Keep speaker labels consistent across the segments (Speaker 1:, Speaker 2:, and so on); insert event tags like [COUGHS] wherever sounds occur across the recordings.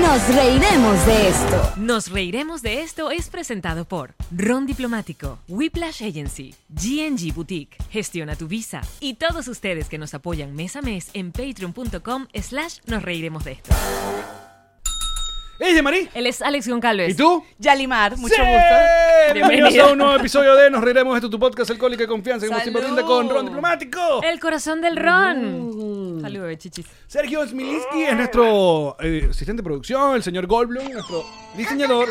Speaker 1: Nos reiremos de esto.
Speaker 2: Nos reiremos de esto es presentado por Ron Diplomático, Whiplash Agency, GNG Boutique, Gestiona tu Visa y todos ustedes que nos apoyan mes a mes en patreon.com slash nos reiremos de esto.
Speaker 3: ¡Es de Marí!
Speaker 2: Él es Alex Goncalves.
Speaker 3: ¿Y tú?
Speaker 4: Yalimar, mucho
Speaker 3: ¡Sí!
Speaker 4: gusto.
Speaker 3: Bienvenidos
Speaker 2: Bienvenido.
Speaker 3: a un nuevo episodio de Nos Reiremos. Esto es tu podcast Alcohólica de Confianza, como siempre
Speaker 4: ¡Salud!
Speaker 3: brinda con Ron Diplomático.
Speaker 2: El corazón del
Speaker 3: Uh.
Speaker 2: Ron. Saludos, bebé, chichis.
Speaker 3: Sergio Smilinski es nuestro eh, asistente de producción, el señor Goldblum, nuestro diseñador.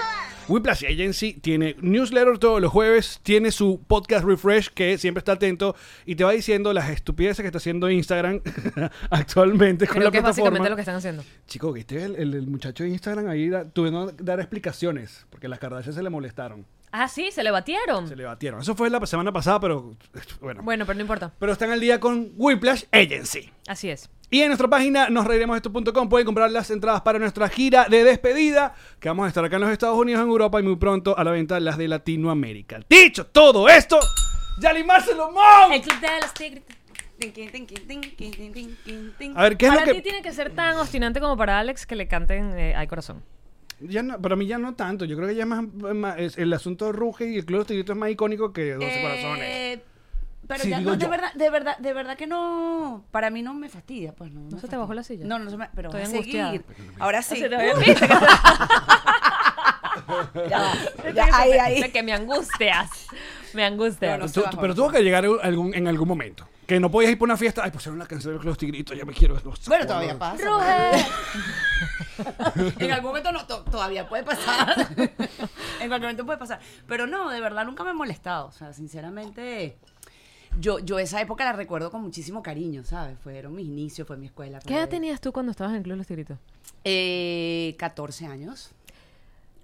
Speaker 3: Whiplash Agency tiene newsletter todos los jueves, tiene su podcast Refresh que siempre está atento y te va diciendo las estupideces que está haciendo Instagram [LAUGHS] actualmente con
Speaker 2: Creo
Speaker 3: la
Speaker 2: que es
Speaker 3: plataforma.
Speaker 2: básicamente lo que están haciendo.
Speaker 3: Chico, ¿viste el, el- el muchacho de Instagram ahí da- tuviendo que dar explicaciones porque las Kardashian se le molestaron,
Speaker 2: Ah, sí, se le batieron.
Speaker 3: se le batieron. Eso fue la semana pasada, pero [LAUGHS] bueno.
Speaker 2: Bueno, pero no importa.
Speaker 3: Pero están al día con Whiplash Agency.
Speaker 2: Así es.
Speaker 3: Y en nuestra página nosreiremosdeesto.com pueden comprar las entradas para nuestra gira de despedida, que vamos a estar acá en los Estados Unidos, en Europa y muy pronto a la venta las de Latinoamérica. Dicho todo esto, Yalimar Salomón.
Speaker 2: El club de los tigres.
Speaker 3: A ver, ¿qué es
Speaker 2: Para
Speaker 3: lo
Speaker 2: ti
Speaker 3: que
Speaker 2: tiene que ser tan obstinante como para Alex que le canten eh, Ay Corazón.
Speaker 3: ya no, para mí ya no tanto, yo creo que ya es más, más- es- el asunto de Ruge y el Club de los Tigritos es más icónico que 12 corazones.
Speaker 4: Eh, pero
Speaker 3: Sí,
Speaker 4: ya,
Speaker 3: digo
Speaker 4: no, de
Speaker 3: yo.
Speaker 4: verdad, de verdad, de verdad que no. Para mí no me fastidia, pues no. me
Speaker 2: se te
Speaker 4: fastidia.
Speaker 2: bajó la silla?
Speaker 4: No, no se me. Pero voy a
Speaker 2: Estoy angustiada.
Speaker 4: seguir. Ahora sí.
Speaker 2: Se [LAUGHS] te ve- [LAUGHS]
Speaker 4: Ya va, ya,
Speaker 2: Eso
Speaker 4: ahí,
Speaker 2: me-
Speaker 4: ahí.
Speaker 2: de que me angustias. Me angustias.
Speaker 4: No, no.
Speaker 3: Tú- tú- pero tuvo que llegar algún- en algún momento, que no podías ir por una fiesta, ay, pusieron la canción del Club de los Tigritos, ya me quiero.
Speaker 4: Bueno, todavía
Speaker 2: [LAUGHS]
Speaker 4: pasa.
Speaker 2: Ruge.
Speaker 4: En algún momento no, to- todavía
Speaker 2: [LAUGHS]
Speaker 4: puede pasar. en cualquier momento puede pasar. Pero no, de verdad nunca me he molestado. O sea, sinceramente, yo, yo esa época la recuerdo con muchísimo cariño, ¿sabes? Fueron mis inicios, fue mi escuela.
Speaker 2: ¿Qué
Speaker 4: fue-
Speaker 2: edad tenías tú cuando estabas en el Club de los Tigritos?
Speaker 4: Eh, 14 años.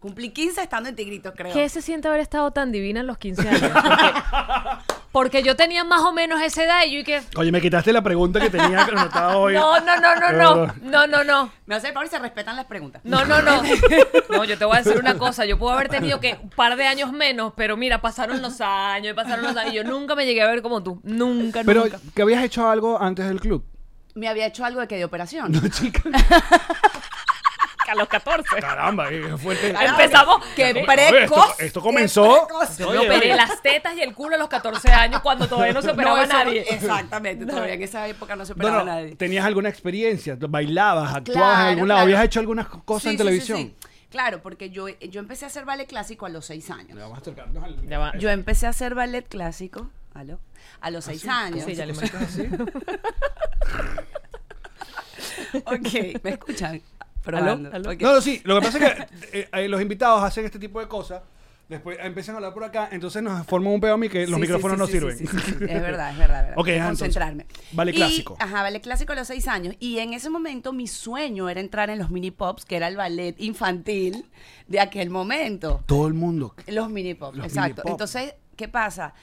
Speaker 4: Cumplí 15 estando en Tigritos, creo.
Speaker 2: ¿Qué se siente haber estado tan divina en los 15 años? [LAUGHS] Porque, porque yo tenía más o menos esa edad y yo y que...
Speaker 3: Oye, me quitaste la pregunta que tenía anotada
Speaker 4: [LAUGHS]
Speaker 3: hoy.
Speaker 2: No, no, no, no, no. No, no, no.
Speaker 4: Me hace el favor y se respetan las preguntas.
Speaker 2: No, no, [LAUGHS] no. No, yo te voy a decir una cosa. Yo puedo haber tenido que un par de años menos, pero mira, pasaron los años, y pasaron los años. Yo nunca me llegué a ver como tú. Nunca,
Speaker 3: Pero
Speaker 2: nunca.
Speaker 3: que habías hecho algo antes del club.
Speaker 4: Me había hecho algo de que de [LAUGHS] operación.
Speaker 3: No, chica.
Speaker 2: A los 14.
Speaker 3: Caramba, qué fuerte.
Speaker 2: Empezamos.
Speaker 4: ¡Qué
Speaker 2: Oye,
Speaker 4: precoz!
Speaker 3: esto- esto comenzó.
Speaker 4: ¡Qué precoz!
Speaker 2: Yo
Speaker 3: Oye,
Speaker 2: me operé
Speaker 3: oye.
Speaker 2: las tetas y el culo a los 14 años cuando todavía no se operaba
Speaker 4: eh, [LAUGHS] No, eso-
Speaker 2: nadie.
Speaker 4: Exactamente, todavía en esa época no
Speaker 3: No,
Speaker 4: se operaba
Speaker 3: no,
Speaker 4: nadie.
Speaker 3: tenías alguna experiencia, bailabas, actuabas en
Speaker 4: Claro,
Speaker 3: algún lado,
Speaker 4: claro.
Speaker 3: habías hecho algunas co- cosas
Speaker 4: Sí,
Speaker 3: en
Speaker 4: sí, sí,
Speaker 3: televisión.
Speaker 4: sí. Claro, porque yo, yo empecé a hacer ballet clásico a los seis años.
Speaker 3: Vamos a acercarnos al...
Speaker 2: Ya va.
Speaker 4: Yo empecé a hacer ballet clásico ¿aló? a los seis años.
Speaker 2: ¿Ah, Sí, ya
Speaker 4: [LAUGHS]
Speaker 2: le
Speaker 3: cosas así.
Speaker 4: Ok, ¿me escuchan? Probando.
Speaker 2: ¿Aló?
Speaker 4: Ok.
Speaker 3: No, no, sí, lo que pasa es
Speaker 4: [LAUGHS]
Speaker 3: que eh, eh, los invitados hacen este tipo de cosas, después empiezan a hablar por acá, entonces nos forma un pedo a mí que [LAUGHS] los
Speaker 4: Sí,
Speaker 3: micrófonos
Speaker 4: sí, sí,
Speaker 3: no
Speaker 4: sí,
Speaker 3: sirven.
Speaker 4: sí, sí, sí. Es verdad, es verdad. es
Speaker 3: [LAUGHS] Ok,
Speaker 4: verdad. Tengo que
Speaker 3: ajá, entonces,
Speaker 4: concentrarme.
Speaker 3: ballet
Speaker 4: Y,
Speaker 3: clásico.
Speaker 4: Ajá, ballet clásico a los seis años. Y en ese momento mi sueño era entrar en los mini pops, que era el ballet infantil de aquel momento.
Speaker 3: Todo el mundo.
Speaker 4: Los mini pops,
Speaker 3: Los
Speaker 4: exacto.
Speaker 3: mini pop.
Speaker 4: Entonces, ¿qué pasa?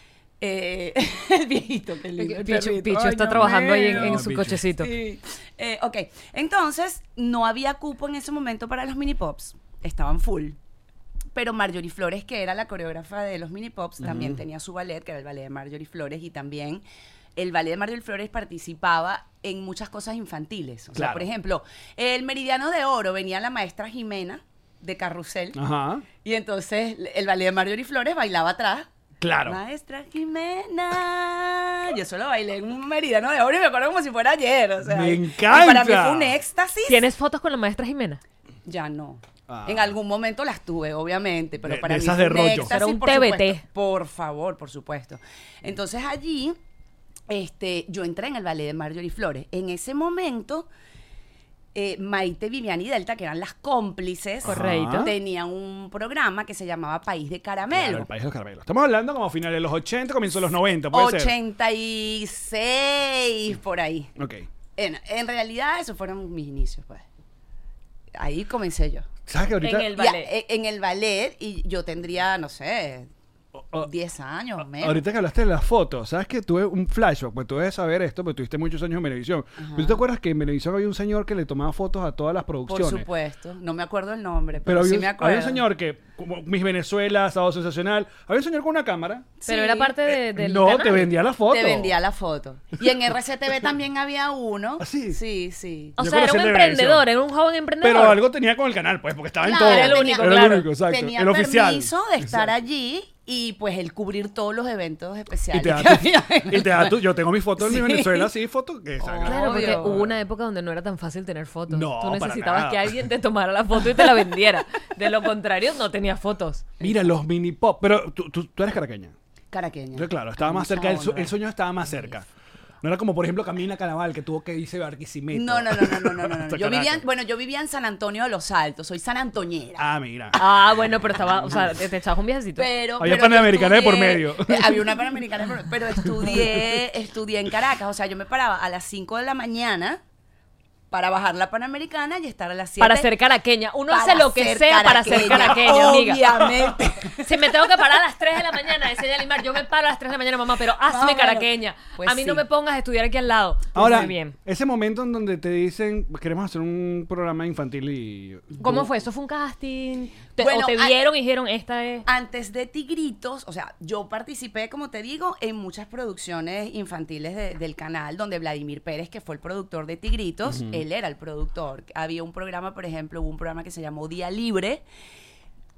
Speaker 4: Eh, [LAUGHS] el viejito, qué lindo. el
Speaker 2: Picho,
Speaker 4: perrito.
Speaker 2: Picho
Speaker 4: Ay,
Speaker 2: está
Speaker 4: Dios
Speaker 2: trabajando ahí en,
Speaker 4: mío.
Speaker 2: en
Speaker 3: No,
Speaker 2: su
Speaker 3: Picho.
Speaker 2: cochecito.
Speaker 4: Sí. Eh, ok, entonces no había cupo en ese momento para los mini pops, estaban full. Pero Marjorie Flores, que era la coreógrafa de los mini pops, también tenía su ballet, que era el ballet de Marjorie Flores, y también el ballet de Marjorie Flores participaba en muchas cosas infantiles. O sea,
Speaker 3: Claro.
Speaker 4: por ejemplo, el Meridiano de Oro venía la maestra Jimena de Carrusel,
Speaker 3: Ajá.
Speaker 4: y entonces el ballet de Marjorie Flores bailaba atrás.
Speaker 3: Claro.
Speaker 4: Maestra Jimena. Yo solo bailé en un meridiano de oro y me acuerdo como si fuera ayer. O sea,
Speaker 3: Me
Speaker 4: y
Speaker 3: encanta.
Speaker 4: Para mí fue un éxtasis.
Speaker 2: ¿Tienes fotos con la maestra Jimena?
Speaker 4: Ya no.
Speaker 3: Ah.
Speaker 4: En algún momento las tuve, obviamente, pero
Speaker 3: De-
Speaker 4: para
Speaker 3: de
Speaker 4: mí
Speaker 3: esas
Speaker 4: fue
Speaker 3: de
Speaker 4: un
Speaker 3: rollo.
Speaker 4: éxtasis,
Speaker 2: Pero un
Speaker 4: por
Speaker 2: TBT.
Speaker 4: supuesto. Por favor, por supuesto. Entonces allí, este, yo entré en el ballet de Marjorie Flores. En ese momento, eh, Maite, Viviani y Delta, que eran las cómplices,
Speaker 2: Ah. Correcto.
Speaker 4: tenían un programa que se llamaba País de Caramelo.
Speaker 3: Claro, el país de los caramelos. Estamos hablando como a finales de los 80, comienzo de los 90, puede ser.
Speaker 4: 86 por ahí.
Speaker 3: Ok.
Speaker 4: En, en realidad, esos fueron mis inicios, pues. Ahí comencé yo.
Speaker 3: ¿Sabes que ahorita?
Speaker 2: En el-
Speaker 4: Y a-
Speaker 2: ballet.
Speaker 4: e- en el ballet, y yo tendría, no sé,
Speaker 3: o-
Speaker 4: 10 años, menos.
Speaker 3: Ahorita que hablaste de las fotos, ¿sabes que tuve un flashback? Pues tú debes saber esto, porque tuviste muchos años en Venevisión. ¿Tú te acuerdas que en Venevisión había un señor que le tomaba fotos a todas las
Speaker 4: Por
Speaker 3: producciones?
Speaker 4: supuesto. No me acuerdo el nombre, pero,
Speaker 3: Pero había,
Speaker 4: sí
Speaker 3: un-
Speaker 4: me acuerdo.
Speaker 3: había un señor que, como Mis Venezuela, Sábado Sensacional, había un señor con una cámara.
Speaker 2: Pero
Speaker 4: Sí.
Speaker 2: era parte de, del
Speaker 3: Eh, no,
Speaker 2: canal.
Speaker 3: te vendía la foto.
Speaker 4: Te vendía la foto. Y
Speaker 3: [LAUGHS]
Speaker 4: en RCTV también había uno.
Speaker 3: ¿Ah, sí?
Speaker 4: Sí, sí.
Speaker 2: O
Speaker 3: Yo
Speaker 2: sea, era
Speaker 3: conocí
Speaker 2: un
Speaker 3: el de Venevisión.
Speaker 2: emprendedor, era un joven emprendedor.
Speaker 3: Pero algo tenía con el canal, pues, porque estaba
Speaker 4: Claro,
Speaker 3: en todo.
Speaker 2: era el único,
Speaker 3: Era
Speaker 2: claro.
Speaker 3: único, exacto.
Speaker 4: Tenía
Speaker 3: el oficial.
Speaker 4: permiso de estar allí y pues el cubrir todos los eventos
Speaker 3: Y
Speaker 4: especiales
Speaker 3: te da
Speaker 4: que
Speaker 3: tu-
Speaker 4: había en
Speaker 3: [LAUGHS] y te da tu- yo tengo mi foto en mi
Speaker 4: Sí.
Speaker 3: Venezuela, sí, foto que está grabada.
Speaker 2: Claro, pues. porque
Speaker 4: Obvio.
Speaker 2: hubo una época donde no era tan fácil tener fotos.
Speaker 3: No,
Speaker 2: Tú
Speaker 3: para nada.
Speaker 2: necesitabas que alguien te tomara la foto y te la vendiera. De lo contrario, no tenía fotos.
Speaker 3: Mira, los mini pop. Pero tú, tú- tú eres caraqueña.
Speaker 4: caraqueña.
Speaker 3: Yo, claro, estaba más
Speaker 4: Vamos a
Speaker 3: cerca, el, su-
Speaker 4: honrar.
Speaker 3: el sueño estaba más cerca. No era como, por ejemplo, Camila Canaval, que tuvo que irse a Barquisimeto.
Speaker 4: No, no, no, no, no,
Speaker 3: [LAUGHS]
Speaker 4: no, no, no.
Speaker 3: Hasta
Speaker 4: Yo vivía, en-
Speaker 3: Caracas.
Speaker 4: bueno, yo vivía en San Antonio de los Altos, soy sanantoñera.
Speaker 3: Ah, mira.
Speaker 2: Ah, bueno, pero estaba, o sea, te, te echabas un viajecito.
Speaker 4: Pero,
Speaker 3: Había
Speaker 4: pero
Speaker 3: Panamericana
Speaker 4: yo
Speaker 3: de por
Speaker 4: estudié-
Speaker 3: medio.
Speaker 4: [LAUGHS] eh, había una panamericana, de por medio, pero estudié, estudié en Caracas. O sea, yo me paraba a las 5 de la mañana para bajar la panamericana y estar a las 7.
Speaker 2: para ser caraqueña. Uno hace lo que sea para ser caraqueña, amiga.
Speaker 4: Obviamente.
Speaker 2: [LAUGHS] Si me tengo que parar a las 3 de la mañana, decía Yalimar, yo me paro a las 3 de la mañana, mamá, pero hazme
Speaker 4: Vámonos.
Speaker 2: caraqueña.
Speaker 4: Pues
Speaker 2: a mí no
Speaker 4: sí.
Speaker 2: me pongas a estudiar aquí al lado.
Speaker 3: Pues Ahora,
Speaker 2: pues, Muy bien.
Speaker 3: ese momento en donde te dicen, queremos hacer un programa infantil y...
Speaker 2: ¿Cómo fue? ¿Eso fue un casting? Te-
Speaker 4: Bueno,
Speaker 2: ¿O
Speaker 4: Ah.
Speaker 2: te
Speaker 4: hay-
Speaker 2: vieron y dijeron, esta es...?
Speaker 4: Antes de Tigritos, o sea, yo participé, como te digo, en muchas producciones infantiles de- del canal, donde Vladimir Pérez, que fue el productor de Tigritos, él era el productor. Había un programa, por ejemplo, hubo un programa que se llamó Día Libre,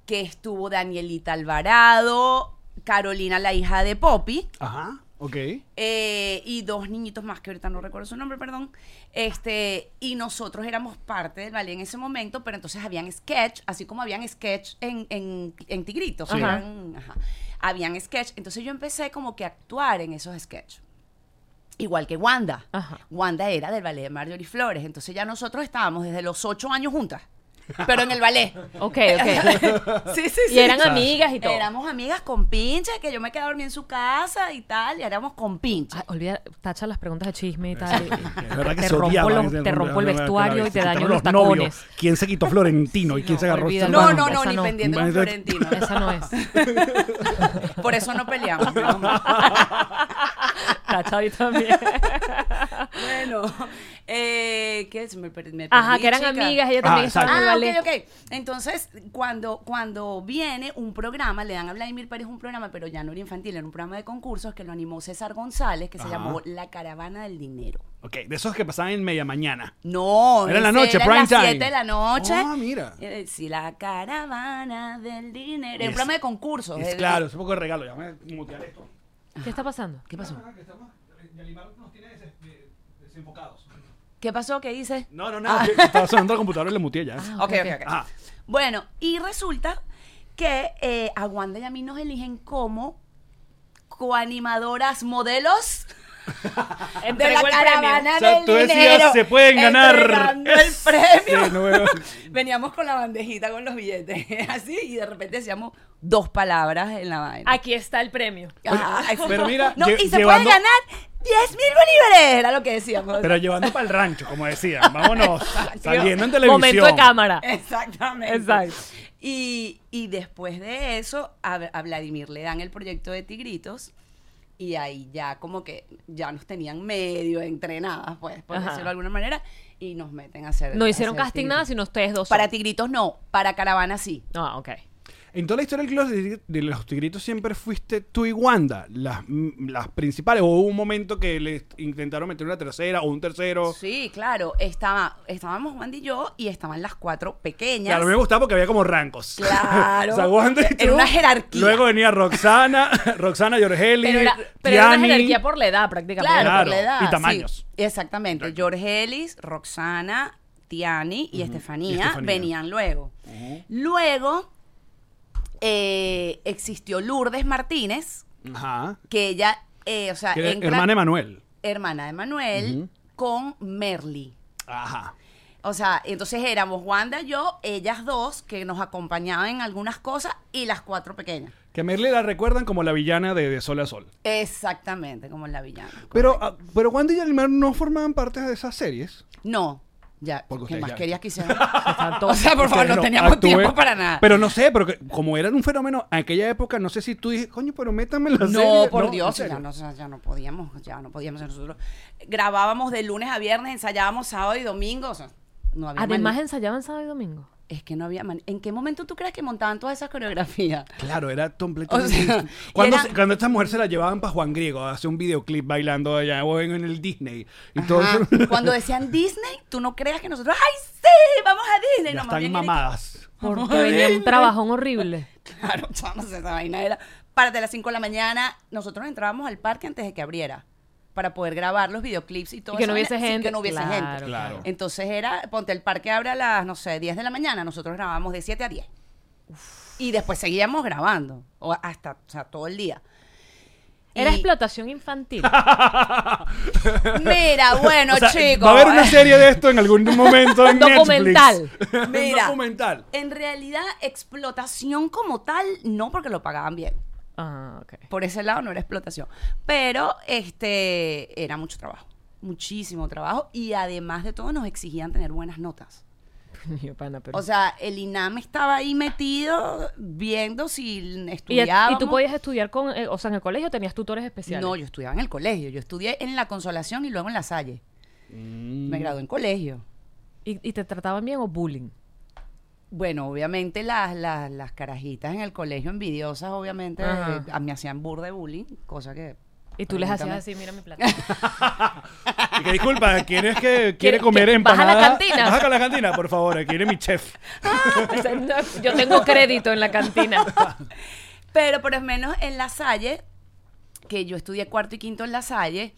Speaker 4: que estuvo Danielita Alvarado, Carolina, la hija de Poppy,
Speaker 3: Ajá, ok.
Speaker 4: eh, y dos niñitos más que ahorita no recuerdo su nombre, perdón. Este, y nosotros éramos parte del ballet en ese momento, pero entonces habían sketch, así como habían sketch en, en, en Tigritos.
Speaker 2: Sí.
Speaker 4: eran- ajá, habían sketch. Entonces yo empecé como que a actuar en esos sketch. Igual que Wanda.
Speaker 2: Ajá.
Speaker 4: Wanda era del ballet de Marjorie Flores. Entonces ya nosotros estábamos desde los ocho años juntas. Pero en el ballet.
Speaker 2: [LAUGHS] Ok,
Speaker 4: [LAUGHS]
Speaker 2: ok.
Speaker 3: [LAUGHS]
Speaker 4: sí, sí,
Speaker 2: Y eran amigas y todo.
Speaker 4: Éramos amigas con pinche, que yo me quedaba dormida en su casa y tal, y éramos con pinche.
Speaker 2: Ay, Ah, olvida, tacha las preguntas de chisme y tal. y-
Speaker 3: Es verdad que
Speaker 2: te
Speaker 3: se odiaban,
Speaker 2: rompo los-
Speaker 3: se
Speaker 2: te rompo el
Speaker 3: odiaban,
Speaker 2: vestuario y te
Speaker 3: se
Speaker 2: daño
Speaker 3: quitaron
Speaker 2: los
Speaker 3: novios.
Speaker 2: tacones.
Speaker 3: ¿Quién se quitó Florentino? ¿Y quién se agarró?
Speaker 2: olvídalo.
Speaker 4: No,
Speaker 3: Servando?
Speaker 4: no, no,
Speaker 2: esa
Speaker 4: ni
Speaker 2: no.
Speaker 4: pendiente con
Speaker 3: Imagínate-
Speaker 4: Florentino.
Speaker 2: Esa no es.
Speaker 3: [LAUGHS]
Speaker 4: Por eso no peleamos. mi amor.
Speaker 2: Tacha ahí
Speaker 4: [LAUGHS]
Speaker 2: también.
Speaker 4: Bueno, eh, ¿qué es? Me per- me
Speaker 2: Ajá,
Speaker 4: perdí,
Speaker 2: que eran
Speaker 4: chica.
Speaker 2: amigas, ella
Speaker 3: Ah,
Speaker 2: también estaba en el
Speaker 4: Ah,
Speaker 2: ballet.
Speaker 4: ok, ok. Entonces, cuando, cuando viene un programa, le dan a Vladimir Pérez un programa, pero ya no era infantil, era un programa de concursos que lo animó César González, que se
Speaker 3: Ajá.
Speaker 4: llamó La Caravana del Dinero.
Speaker 3: Ok, de esos que pasaban en media mañana.
Speaker 4: No,
Speaker 3: Era en la
Speaker 4: ese
Speaker 3: noche,
Speaker 4: era a
Speaker 3: prime
Speaker 4: las
Speaker 3: time.
Speaker 4: 7 de la noche.
Speaker 3: Ah, mira.
Speaker 4: Eh, Sí, la caravana del dinero. Era
Speaker 3: Y es-
Speaker 4: un programa de concursos.
Speaker 3: Y es
Speaker 4: eh,
Speaker 3: claro, es un poco de regalo. Ya voy a mutear esto.
Speaker 2: ¿Qué está pasando?
Speaker 4: ¿Qué pasó?
Speaker 3: Ah, Yalimar nos tiene desenfocados.
Speaker 4: ¿Qué pasó? ¿Qué dices?
Speaker 3: No, no, no. Estaba sonando la computadora y le muteé ya. Ah.
Speaker 4: Ok, ok, Ah. ok.
Speaker 3: Ajá.
Speaker 4: Bueno, y resulta que eh, a Wanda y a mí nos eligen como
Speaker 2: [LAUGHS]
Speaker 4: coanimadoras modelos de la
Speaker 2: Entregó el premio.
Speaker 4: caravana
Speaker 3: O sea,
Speaker 4: del
Speaker 3: tú decías,
Speaker 4: dinero.
Speaker 3: se pueden ganar
Speaker 4: Entregando
Speaker 3: [LAUGHS] ese
Speaker 4: el premio.
Speaker 3: nuevo-
Speaker 4: Veníamos con la bandejita con los billetes, [LAUGHS] así, y de repente decíamos dos palabras en la vaina.
Speaker 2: Aquí está el premio.
Speaker 4: Ajá, Ah, exacto.
Speaker 3: pero mira,
Speaker 4: No,
Speaker 3: lle-
Speaker 4: y se
Speaker 3: llevando-
Speaker 4: pueden ganar 10 mil bolívares, era lo que decíamos.
Speaker 3: Pero llevando para el rancho, como decía. Vámonos. Saliendo en televisión.
Speaker 2: Momento de cámara.
Speaker 4: [LAUGHS] Exactamente.
Speaker 2: Exacto.
Speaker 4: Y, y después de eso, a, a Vladimir le dan el proyecto de Tigritos. Y ahí ya como que ya nos tenían medio entrenadas, pues, por
Speaker 2: Ajá.
Speaker 4: decirlo de alguna manera, y nos meten a hacer...
Speaker 2: No
Speaker 4: a
Speaker 2: hicieron
Speaker 4: hacer
Speaker 2: casting
Speaker 4: Tigritos.
Speaker 2: nada, sino ustedes dos.
Speaker 4: Para
Speaker 2: solos.
Speaker 4: Tigritos no, para Caravana sí.
Speaker 2: Ah, ok.
Speaker 3: En toda la historia del club de- de los tigritos siempre fuiste tú y Wanda, las, las principales. O hubo un momento que le intentaron meter una tercera o un
Speaker 2: Oh.
Speaker 3: tercero.
Speaker 4: Sí, claro, estaba, estábamos Juan y yo, y estaban las cuatro pequeñas.
Speaker 3: Claro, me gustaba porque había como rancos. [LAUGHS]
Speaker 4: Claro.
Speaker 3: o sea, Wanda y
Speaker 4: Era
Speaker 3: tú.
Speaker 4: una jerarquía.
Speaker 3: Luego venía Roxana, [LAUGHS] Roxana Giorgeli,
Speaker 2: Pero era, pero era una
Speaker 3: Tiani.
Speaker 2: jerarquía por la edad, prácticamente.
Speaker 4: Claro,
Speaker 3: Claro,
Speaker 4: por la edad.
Speaker 3: y tamaños.
Speaker 4: sí. exactamente. George Ellis, Roxana, Tiani y, Estefanía,
Speaker 3: y Estefanía.
Speaker 4: venían luego. Luego eh, existió Lourdes Martínez,
Speaker 3: Ajá.
Speaker 4: que ella, eh, o
Speaker 2: Ah,
Speaker 4: sea,
Speaker 3: Que era
Speaker 4: entra-
Speaker 3: hermana Emanuel.
Speaker 4: hermana de Manuel, con Merly.
Speaker 3: Ajá.
Speaker 4: O sea, entonces éramos Wanda, yo, ellas dos, que nos acompañaban en algunas cosas, y las cuatro pequeñas.
Speaker 3: Que a Merle la recuerdan como la villana de, de Sol a Sol.
Speaker 4: Exactamente, como en la villana.
Speaker 3: Pero, ah, pero Wanda y Yalimar no formaban parte de esas series.
Speaker 4: No, Ya,
Speaker 3: Porque
Speaker 4: ¿qué
Speaker 3: ustedes
Speaker 4: más
Speaker 3: ya-
Speaker 4: querías
Speaker 3: [LAUGHS]
Speaker 4: que
Speaker 2: Están
Speaker 4: hiciera?
Speaker 2: todos-
Speaker 4: o sea, [LAUGHS] por favor,
Speaker 3: Ustedes
Speaker 4: no teníamos
Speaker 3: actúen.
Speaker 4: tiempo para nada.
Speaker 3: Pero no sé, pero que- como era un fenómeno en aquella época, no sé si tú dijiste, coño, pero métame la serie.
Speaker 4: No, por
Speaker 3: ¿en
Speaker 4: Dios,
Speaker 3: serio?
Speaker 4: ya no, ya no podíamos, ya no podíamos. Nosotros grabábamos de lunes a viernes, ensayábamos sábado y domingo. o sea, no había
Speaker 2: Además
Speaker 4: mani-
Speaker 2: ensayaban sábado y domingo.
Speaker 4: es que no había mani- ¿En qué momento tú crees que montaban todas esas coreografías?
Speaker 3: [LAUGHS] Claro, era completamente.
Speaker 4: O sea,
Speaker 3: distinto. cuando,
Speaker 4: y era-
Speaker 3: se- cuando esta mujer se la llevaban para Juan Griego a hacer un videoclip bailando allá o en en el Disney y todo
Speaker 4: Ajá.
Speaker 3: eso-
Speaker 4: Ah,
Speaker 3: [LAUGHS]
Speaker 4: Cuando decían Disney, tú no creas que nosotros, ¡ay, sí! ¡Vamos a Disney!
Speaker 3: ya
Speaker 4: No, más
Speaker 3: están
Speaker 4: bien era que-
Speaker 3: mamadas.
Speaker 2: Porque venía un trabajón [LAUGHS] horrible.
Speaker 4: Claro, [LAUGHS] chama, esa vaina era. Párate a las 5 de la mañana. Nosotros entrábamos al parque antes de que abriera para poder grabar los videoclips y todo
Speaker 2: Y que no hubiese gente.
Speaker 4: que no hubiese
Speaker 2: Claro,
Speaker 4: gente.
Speaker 3: claro.
Speaker 4: Entonces era, ponte, el parque abre a las, no sé, 10 de la mañana. Nosotros grabábamos de 7 a 10. Y después seguíamos grabando, o hasta, o sea, todo el día.
Speaker 2: Era
Speaker 4: Y-
Speaker 2: explotación infantil.
Speaker 4: [LAUGHS] Mira,
Speaker 3: [LAUGHS]
Speaker 4: bueno,
Speaker 3: O sea,
Speaker 4: chicos. eh,
Speaker 3: Va a haber una serie de esto en algún momento
Speaker 4: [LAUGHS]
Speaker 3: en Netflix.
Speaker 2: Documental.
Speaker 3: [LAUGHS] Un documental.
Speaker 4: En realidad, explotación como tal, no porque lo pagaban bien.
Speaker 2: Ah, ok. [LAUGHS]
Speaker 4: Por ese lado no era explotación. Pero este era mucho trabajo. Muchísimo trabajo. Y además de todo, nos exigían tener buenas notas.
Speaker 2: Yo, pana, pero-
Speaker 4: O sea, el INAM estaba ahí metido viendo si
Speaker 2: y,
Speaker 4: estudiaba.
Speaker 2: y tú podías estudiar con, eh, o sea, en el colegio tenías tutores especiales.
Speaker 4: No, yo estudiaba en el colegio. Yo estudié en la Consolación y luego en la Salle. Me gradué en colegio.
Speaker 2: ¿Y, y te trataban bien o bullying?
Speaker 4: Bueno, obviamente las, las, las carajitas en el colegio envidiosas, obviamente,
Speaker 2: Ajá.
Speaker 4: eh, me hacían burda de bullying, cosa que...
Speaker 2: Y tú les hacías
Speaker 4: pregúntame.
Speaker 2: así, mira mi plata. [LAUGHS]
Speaker 3: Y que disculpa, ¿quién
Speaker 4: [LAUGHS]
Speaker 3: es que quiere
Speaker 2: ¿Quiere-
Speaker 3: comer
Speaker 2: que- baja la
Speaker 3: empanada?
Speaker 2: cantina?
Speaker 3: Baja la cantina, por favor, quiere mi chef.
Speaker 2: O sea, no, yo tengo crédito en la cantina.
Speaker 4: Pero por lo menos en La Salle, que yo estudié cuarto y quinto en La Salle,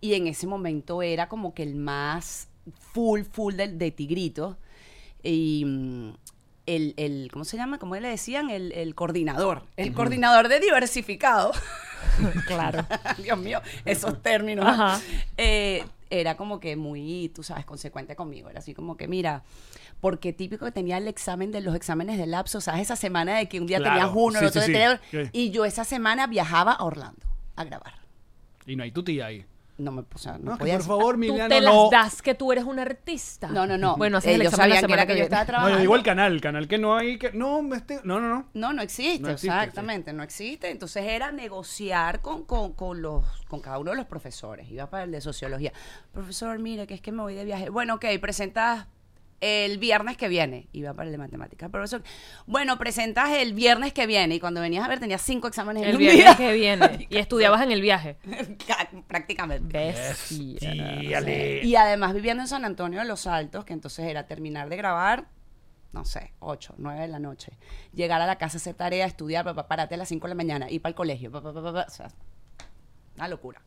Speaker 4: y en ese momento era como que el más full, full del- de, tigrito. Y mm, el, el- ¿cómo se llama? ¿Cómo le decían? El, el coordinador. El coordinador de diversificado.
Speaker 2: [LAUGHS] claro.
Speaker 4: [LAUGHS] Dios mío, esos términos.
Speaker 2: Ajá.
Speaker 4: Eh, era como que muy, tú sabes, consecuente conmigo. Era así como que, mira, porque típico que tenía el examen de los exámenes de lapso, ¿sabes? Esa semana de que un día
Speaker 3: Claro,
Speaker 4: tenías uno,
Speaker 3: sí,
Speaker 4: el otro
Speaker 3: sí,
Speaker 4: día
Speaker 3: sí.
Speaker 4: tenías.
Speaker 3: Sí.
Speaker 4: Y yo esa semana viajaba a Orlando a grabar.
Speaker 3: Y no hay tu tía ahí.
Speaker 4: No me o sea,
Speaker 3: No,
Speaker 4: no,
Speaker 3: que
Speaker 4: podía
Speaker 3: por favor,
Speaker 2: Tú
Speaker 3: Miliano,
Speaker 2: te las
Speaker 3: no.
Speaker 2: das que tú eres un artista.
Speaker 4: No,
Speaker 3: [LAUGHS]
Speaker 4: no, no.
Speaker 2: Bueno, haces el
Speaker 4: Ellos
Speaker 2: examen la
Speaker 4: sabían
Speaker 2: semana
Speaker 4: que era que,
Speaker 2: Eh, que viene.
Speaker 4: yo estaba
Speaker 3: No,
Speaker 4: trabajando.
Speaker 3: yo digo el canal, el canal que no hay que. No, este, no, no, no.
Speaker 4: No, no existe,
Speaker 3: No existe, sí.
Speaker 4: exactamente, no existe. Entonces era negociar con, con, con los, con cada uno de los profesores. Iba para el de sociología. Profesor, mire, que es que me voy de viaje. Bueno, ok, presentas el viernes que viene. Iba para el de matemáticas. Profesor, bueno, presentas el viernes que viene. Y cuando venías a ver, tenías cinco exámenes en
Speaker 2: El
Speaker 4: un
Speaker 2: viernes
Speaker 4: día.
Speaker 2: que [LAUGHS] viene. Y estudiabas en el viaje.
Speaker 4: [LAUGHS] Prácticamente.
Speaker 2: Bestia.
Speaker 3: Tíale.
Speaker 4: Y además viviendo en San Antonio de los Altos, que entonces era terminar de grabar, no sé, 8, 9 de la noche, llegar a la casa, hacer tarea, estudiar, papá, parate a las 5 de la mañana, ir para el colegio, pa, pa, pa, pa, pa, o sea, una locura.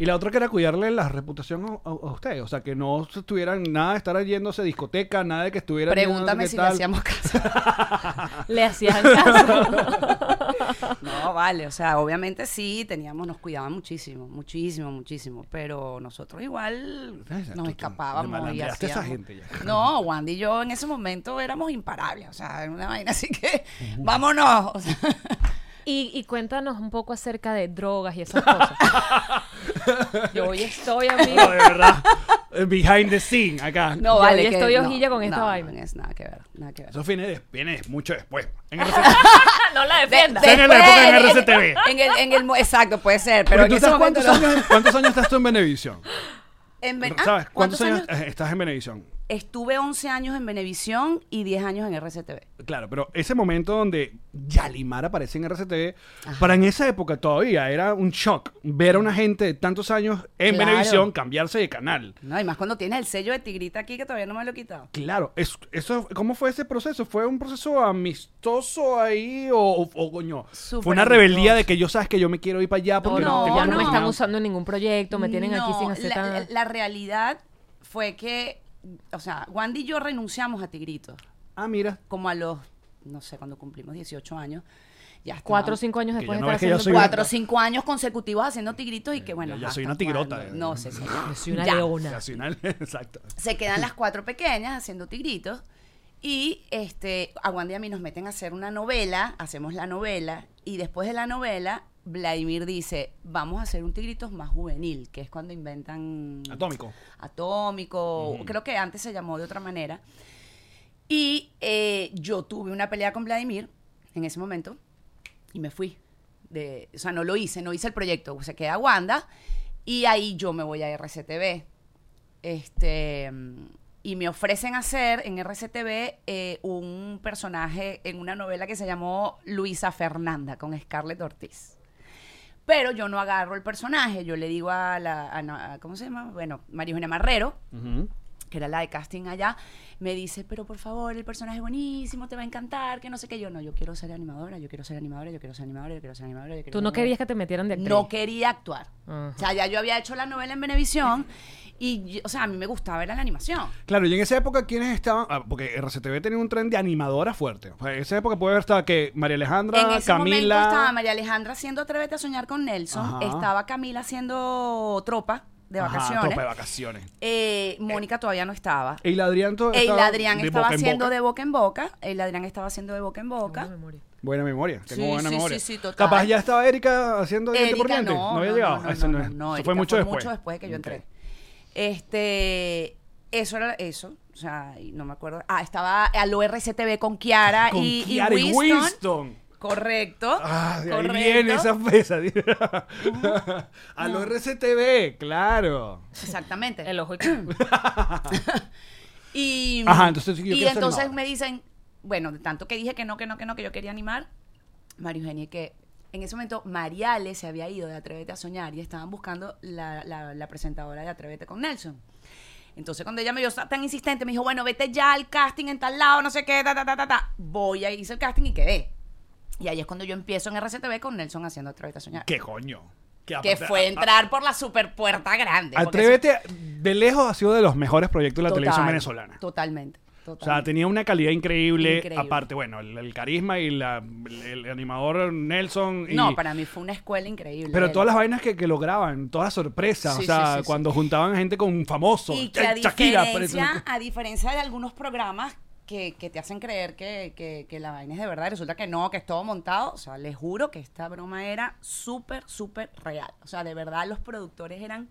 Speaker 3: Y la otra que era cuidarle la reputación a, a- a ustedes. O sea, que no estuvieran nada de estar yéndose a discoteca, nada de que estuvieran.
Speaker 4: Pregúntame
Speaker 3: qué
Speaker 4: si le
Speaker 3: tal.
Speaker 4: hacíamos caso.
Speaker 3: [LAUGHS]
Speaker 2: Le hacían [LAUGHS] caso.
Speaker 4: [LAUGHS] No, vale, o sea, obviamente sí, teníamos, nos cuidaban muchísimo, muchísimo, muchísimo, pero nosotros igual
Speaker 3: Ay, tú- tú-
Speaker 4: nos
Speaker 3: te
Speaker 4: escapábamos y
Speaker 3: malandreaste a esa
Speaker 4: hacíamos.
Speaker 3: gente ya.
Speaker 4: No, Wandy y yo en ese momento éramos imparables, o sea, era una vaina así que vámonos. o sea.
Speaker 2: Y, y cuéntanos un poco acerca de drogas y esas [LAUGHS] cosas. Yo hoy estoy, amigo.
Speaker 3: No, de
Speaker 4: [LAUGHS]
Speaker 3: verdad. Eh, Behind the scene, acá.
Speaker 4: No,
Speaker 2: Yo
Speaker 4: vale.
Speaker 2: ya
Speaker 4: que
Speaker 2: estoy
Speaker 4: no,
Speaker 2: hojilla con esta
Speaker 4: no,
Speaker 2: vaina.
Speaker 4: No es nada que ver, nada que ver.
Speaker 3: Eso viene, des- viene mucho después.
Speaker 4: [LAUGHS]
Speaker 3: En el
Speaker 2: [LAUGHS] no la defienda.
Speaker 3: de- en la época de RCTV.
Speaker 4: En el, en el mo- exacto, puede ser,
Speaker 3: Pero
Speaker 4: pero, en
Speaker 3: tú
Speaker 4: ese
Speaker 3: estás,
Speaker 4: momento
Speaker 3: ¿cuántos,
Speaker 4: no.
Speaker 3: años, ¿Cuántos años estás tú en Benevisión?
Speaker 4: En Ven- ah,
Speaker 3: ¿Sabes? ¿Cuántos,
Speaker 4: ¿Cuántos
Speaker 3: años, eh, estás en Benevisión?
Speaker 4: Estuve 11 años en Venevisión y 10 años en RCTV.
Speaker 3: Claro, pero ese momento donde Yalimar aparece en RCTV, para en esa época todavía era un shock ver a una gente de tantos años en
Speaker 4: Claro.
Speaker 3: Venevisión cambiarse de canal.
Speaker 4: No, y más cuando tienes el sello de tigrita aquí que todavía no me lo he quitado.
Speaker 3: Claro, es- eso, ¿cómo fue ese proceso? ¿Fue un proceso amistoso ahí o, o- o coño?
Speaker 4: Súper
Speaker 3: fue una rebeldía
Speaker 4: amistoso.
Speaker 3: de que yo sabes que yo me quiero ir para allá porque
Speaker 2: no,
Speaker 3: tengo
Speaker 2: ya no, me
Speaker 3: nada.
Speaker 2: están usando en ningún proyecto, me tienen aquí
Speaker 4: No,
Speaker 2: sin hacer
Speaker 4: la,
Speaker 2: nada.
Speaker 4: la- la realidad fue que, o sea, Wandy y yo renunciamos a Tigrito,
Speaker 3: Ah, mira.
Speaker 4: como a los, no sé, cuando cumplimos 18 años. Ya estábamos-
Speaker 2: Cuatro o cinco años
Speaker 3: Que
Speaker 2: después
Speaker 3: ya
Speaker 2: de
Speaker 3: no
Speaker 2: estar
Speaker 3: ves que yo
Speaker 2: haciendo
Speaker 3: soy [LAUGHS]
Speaker 2: cuatro.
Speaker 4: cuatro o cinco años consecutivos haciendo tigritos y que bueno.
Speaker 3: Eh, Ya- ya
Speaker 4: ajá,
Speaker 3: soy una
Speaker 4: ¿hasta
Speaker 3: tigrota,
Speaker 4: cuándo?
Speaker 3: eh.
Speaker 4: No sé, señor.
Speaker 2: Yo soy una
Speaker 4: Ya.
Speaker 2: leona.
Speaker 3: Al final, [LAUGHS] exacto.
Speaker 4: Se quedan las cuatro pequeñas haciendo tigritos y este, a Wanda y a mí nos meten a hacer una novela, hacemos la novela y después de la novela Vladimir dice, vamos a hacer un Tigritos más juvenil, que es cuando inventan...
Speaker 3: Atómico.
Speaker 4: Atómico, creo que antes se llamó de otra manera. Y eh, yo tuve una pelea con Vladimir en ese momento y me fui. De, o sea, no lo hice, no hice el proyecto. Se queda Wanda y ahí yo me voy a RCTV. Este, mm, y me ofrecen hacer en RCTV eh, un personaje en una novela que se llamó Luisa Fernanda con Scarlett Ortiz. Pero yo no agarro el personaje, yo le digo a la, a na- a- ¿cómo se llama? Bueno, María Eugenia Marrero,
Speaker 3: Ujú.
Speaker 4: que era la de casting allá, me dice, pero por favor, el personaje es buenísimo, te va a encantar, que no sé qué. Yo, no, yo quiero ser animadora, yo quiero ser animadora, yo quiero ser animadora, yo quiero ser animadora. yo quiero
Speaker 2: Tú
Speaker 4: ser
Speaker 2: no
Speaker 4: animadora".
Speaker 2: querías que te metieran de Ah. actriz.
Speaker 4: No quería actuar.
Speaker 2: Ajá.
Speaker 4: O sea, ya yo había hecho la novela en Venevisión y, yo- o sea, a mí me gustaba era la animación.
Speaker 3: Claro, y en esa época, ¿quiénes estaban? Ah, porque RCTV tenía un tren de animadoras fuerte. O sea, en esa época puede haber estado que María Alejandra,
Speaker 4: en ese momento
Speaker 3: Camila.
Speaker 4: estaba María Alejandra haciendo Atrévete a soñar con Nelson,
Speaker 3: Ajá.
Speaker 4: estaba Camila haciendo Tropa de
Speaker 3: Ajá,
Speaker 4: vacaciones.
Speaker 3: tropa de vacaciones.
Speaker 4: Eh, Mónica todavía no estaba.
Speaker 3: Y la Adrián to-
Speaker 4: El
Speaker 3: estaba
Speaker 4: Adrián
Speaker 3: de
Speaker 4: estaba
Speaker 3: boca en
Speaker 4: haciendo
Speaker 3: boca.
Speaker 4: de boca en boca. El Adrián estaba haciendo de boca en boca.
Speaker 2: Una memoria.
Speaker 3: Buena memoria, tengo
Speaker 4: Sí,
Speaker 3: buena
Speaker 4: sí,
Speaker 3: memoria.
Speaker 4: sí, sí, total.
Speaker 3: Capaz ya estaba Erika haciendo diente por
Speaker 4: Erika,
Speaker 3: diente. No, había llegado.
Speaker 4: No, no,
Speaker 3: eso
Speaker 4: no,
Speaker 3: no es-
Speaker 4: no, no,
Speaker 3: eso
Speaker 4: Erika
Speaker 3: fue mucho después.
Speaker 4: Mucho después de que yo entré.
Speaker 3: Ok.
Speaker 4: Este, eso era eso. O sea, y no me acuerdo. Ah, estaba al RCTV con Kiara,
Speaker 3: Con
Speaker 4: Ah, y, y
Speaker 3: Kiara y
Speaker 4: Winston.
Speaker 3: Winston.
Speaker 4: Correcto.
Speaker 3: Ah, de ahí
Speaker 4: correcto. Uh-huh.
Speaker 3: viene esa pesadilla. [LAUGHS] A los RCTV, claro.
Speaker 4: Exactamente.
Speaker 2: El
Speaker 3: [COUGHS]
Speaker 2: ojo y...
Speaker 4: Y,
Speaker 3: Ajá, entonces yo
Speaker 4: y
Speaker 3: quiero ser
Speaker 4: entonces
Speaker 3: animadora.
Speaker 4: me dicen, bueno, de tanto que dije que no, que no, que no, que yo quería animar, María Eugenia, que en ese momento Mariale se había ido de Atrévete a Soñar y estaban buscando la, la- la presentadora de Atrévete con Nelson. Entonces cuando ella me vio tan insistente, me dijo, bueno, vete ya al casting en tal lado, no sé qué, ta, ta, ta, ta, ta. Voy a hice el casting y quedé. Y ahí es cuando yo empiezo en RCTV con Nelson haciendo Atrévete a Soñar.
Speaker 3: ¿Qué coño? Ah,
Speaker 4: Que
Speaker 3: aparte-
Speaker 4: fue entrar por la superpuerta grande.
Speaker 3: a-
Speaker 4: porque
Speaker 3: Atrévete, de lejos ha sido de los mejores proyectos de la
Speaker 4: Total,
Speaker 3: televisión venezolana.
Speaker 4: Totalmente.
Speaker 3: O sea,
Speaker 4: totalmente.
Speaker 3: tenía una calidad increíble.
Speaker 4: Increíble.
Speaker 3: Aparte, bueno, el, el carisma y la- el, el animador Nelson. y-
Speaker 4: No, para mí fue una escuela increíble.
Speaker 3: Pero
Speaker 4: Él.
Speaker 3: todas las vainas que, que lograban, todas las sorpresas. o
Speaker 4: Sí,
Speaker 3: sea,
Speaker 4: sí, sí,
Speaker 3: cuando juntaban gente con famosos.
Speaker 4: Y que
Speaker 3: Cha-
Speaker 4: a
Speaker 3: Shakira,
Speaker 4: diferencia,
Speaker 3: parece una co-
Speaker 4: a diferencia de algunos programas que, que te hacen creer que, que- que la vaina es de verdad, y resulta que no, que es todo montado. O sea, les juro que esta broma era súper, súper real. O sea, de verdad los productores eran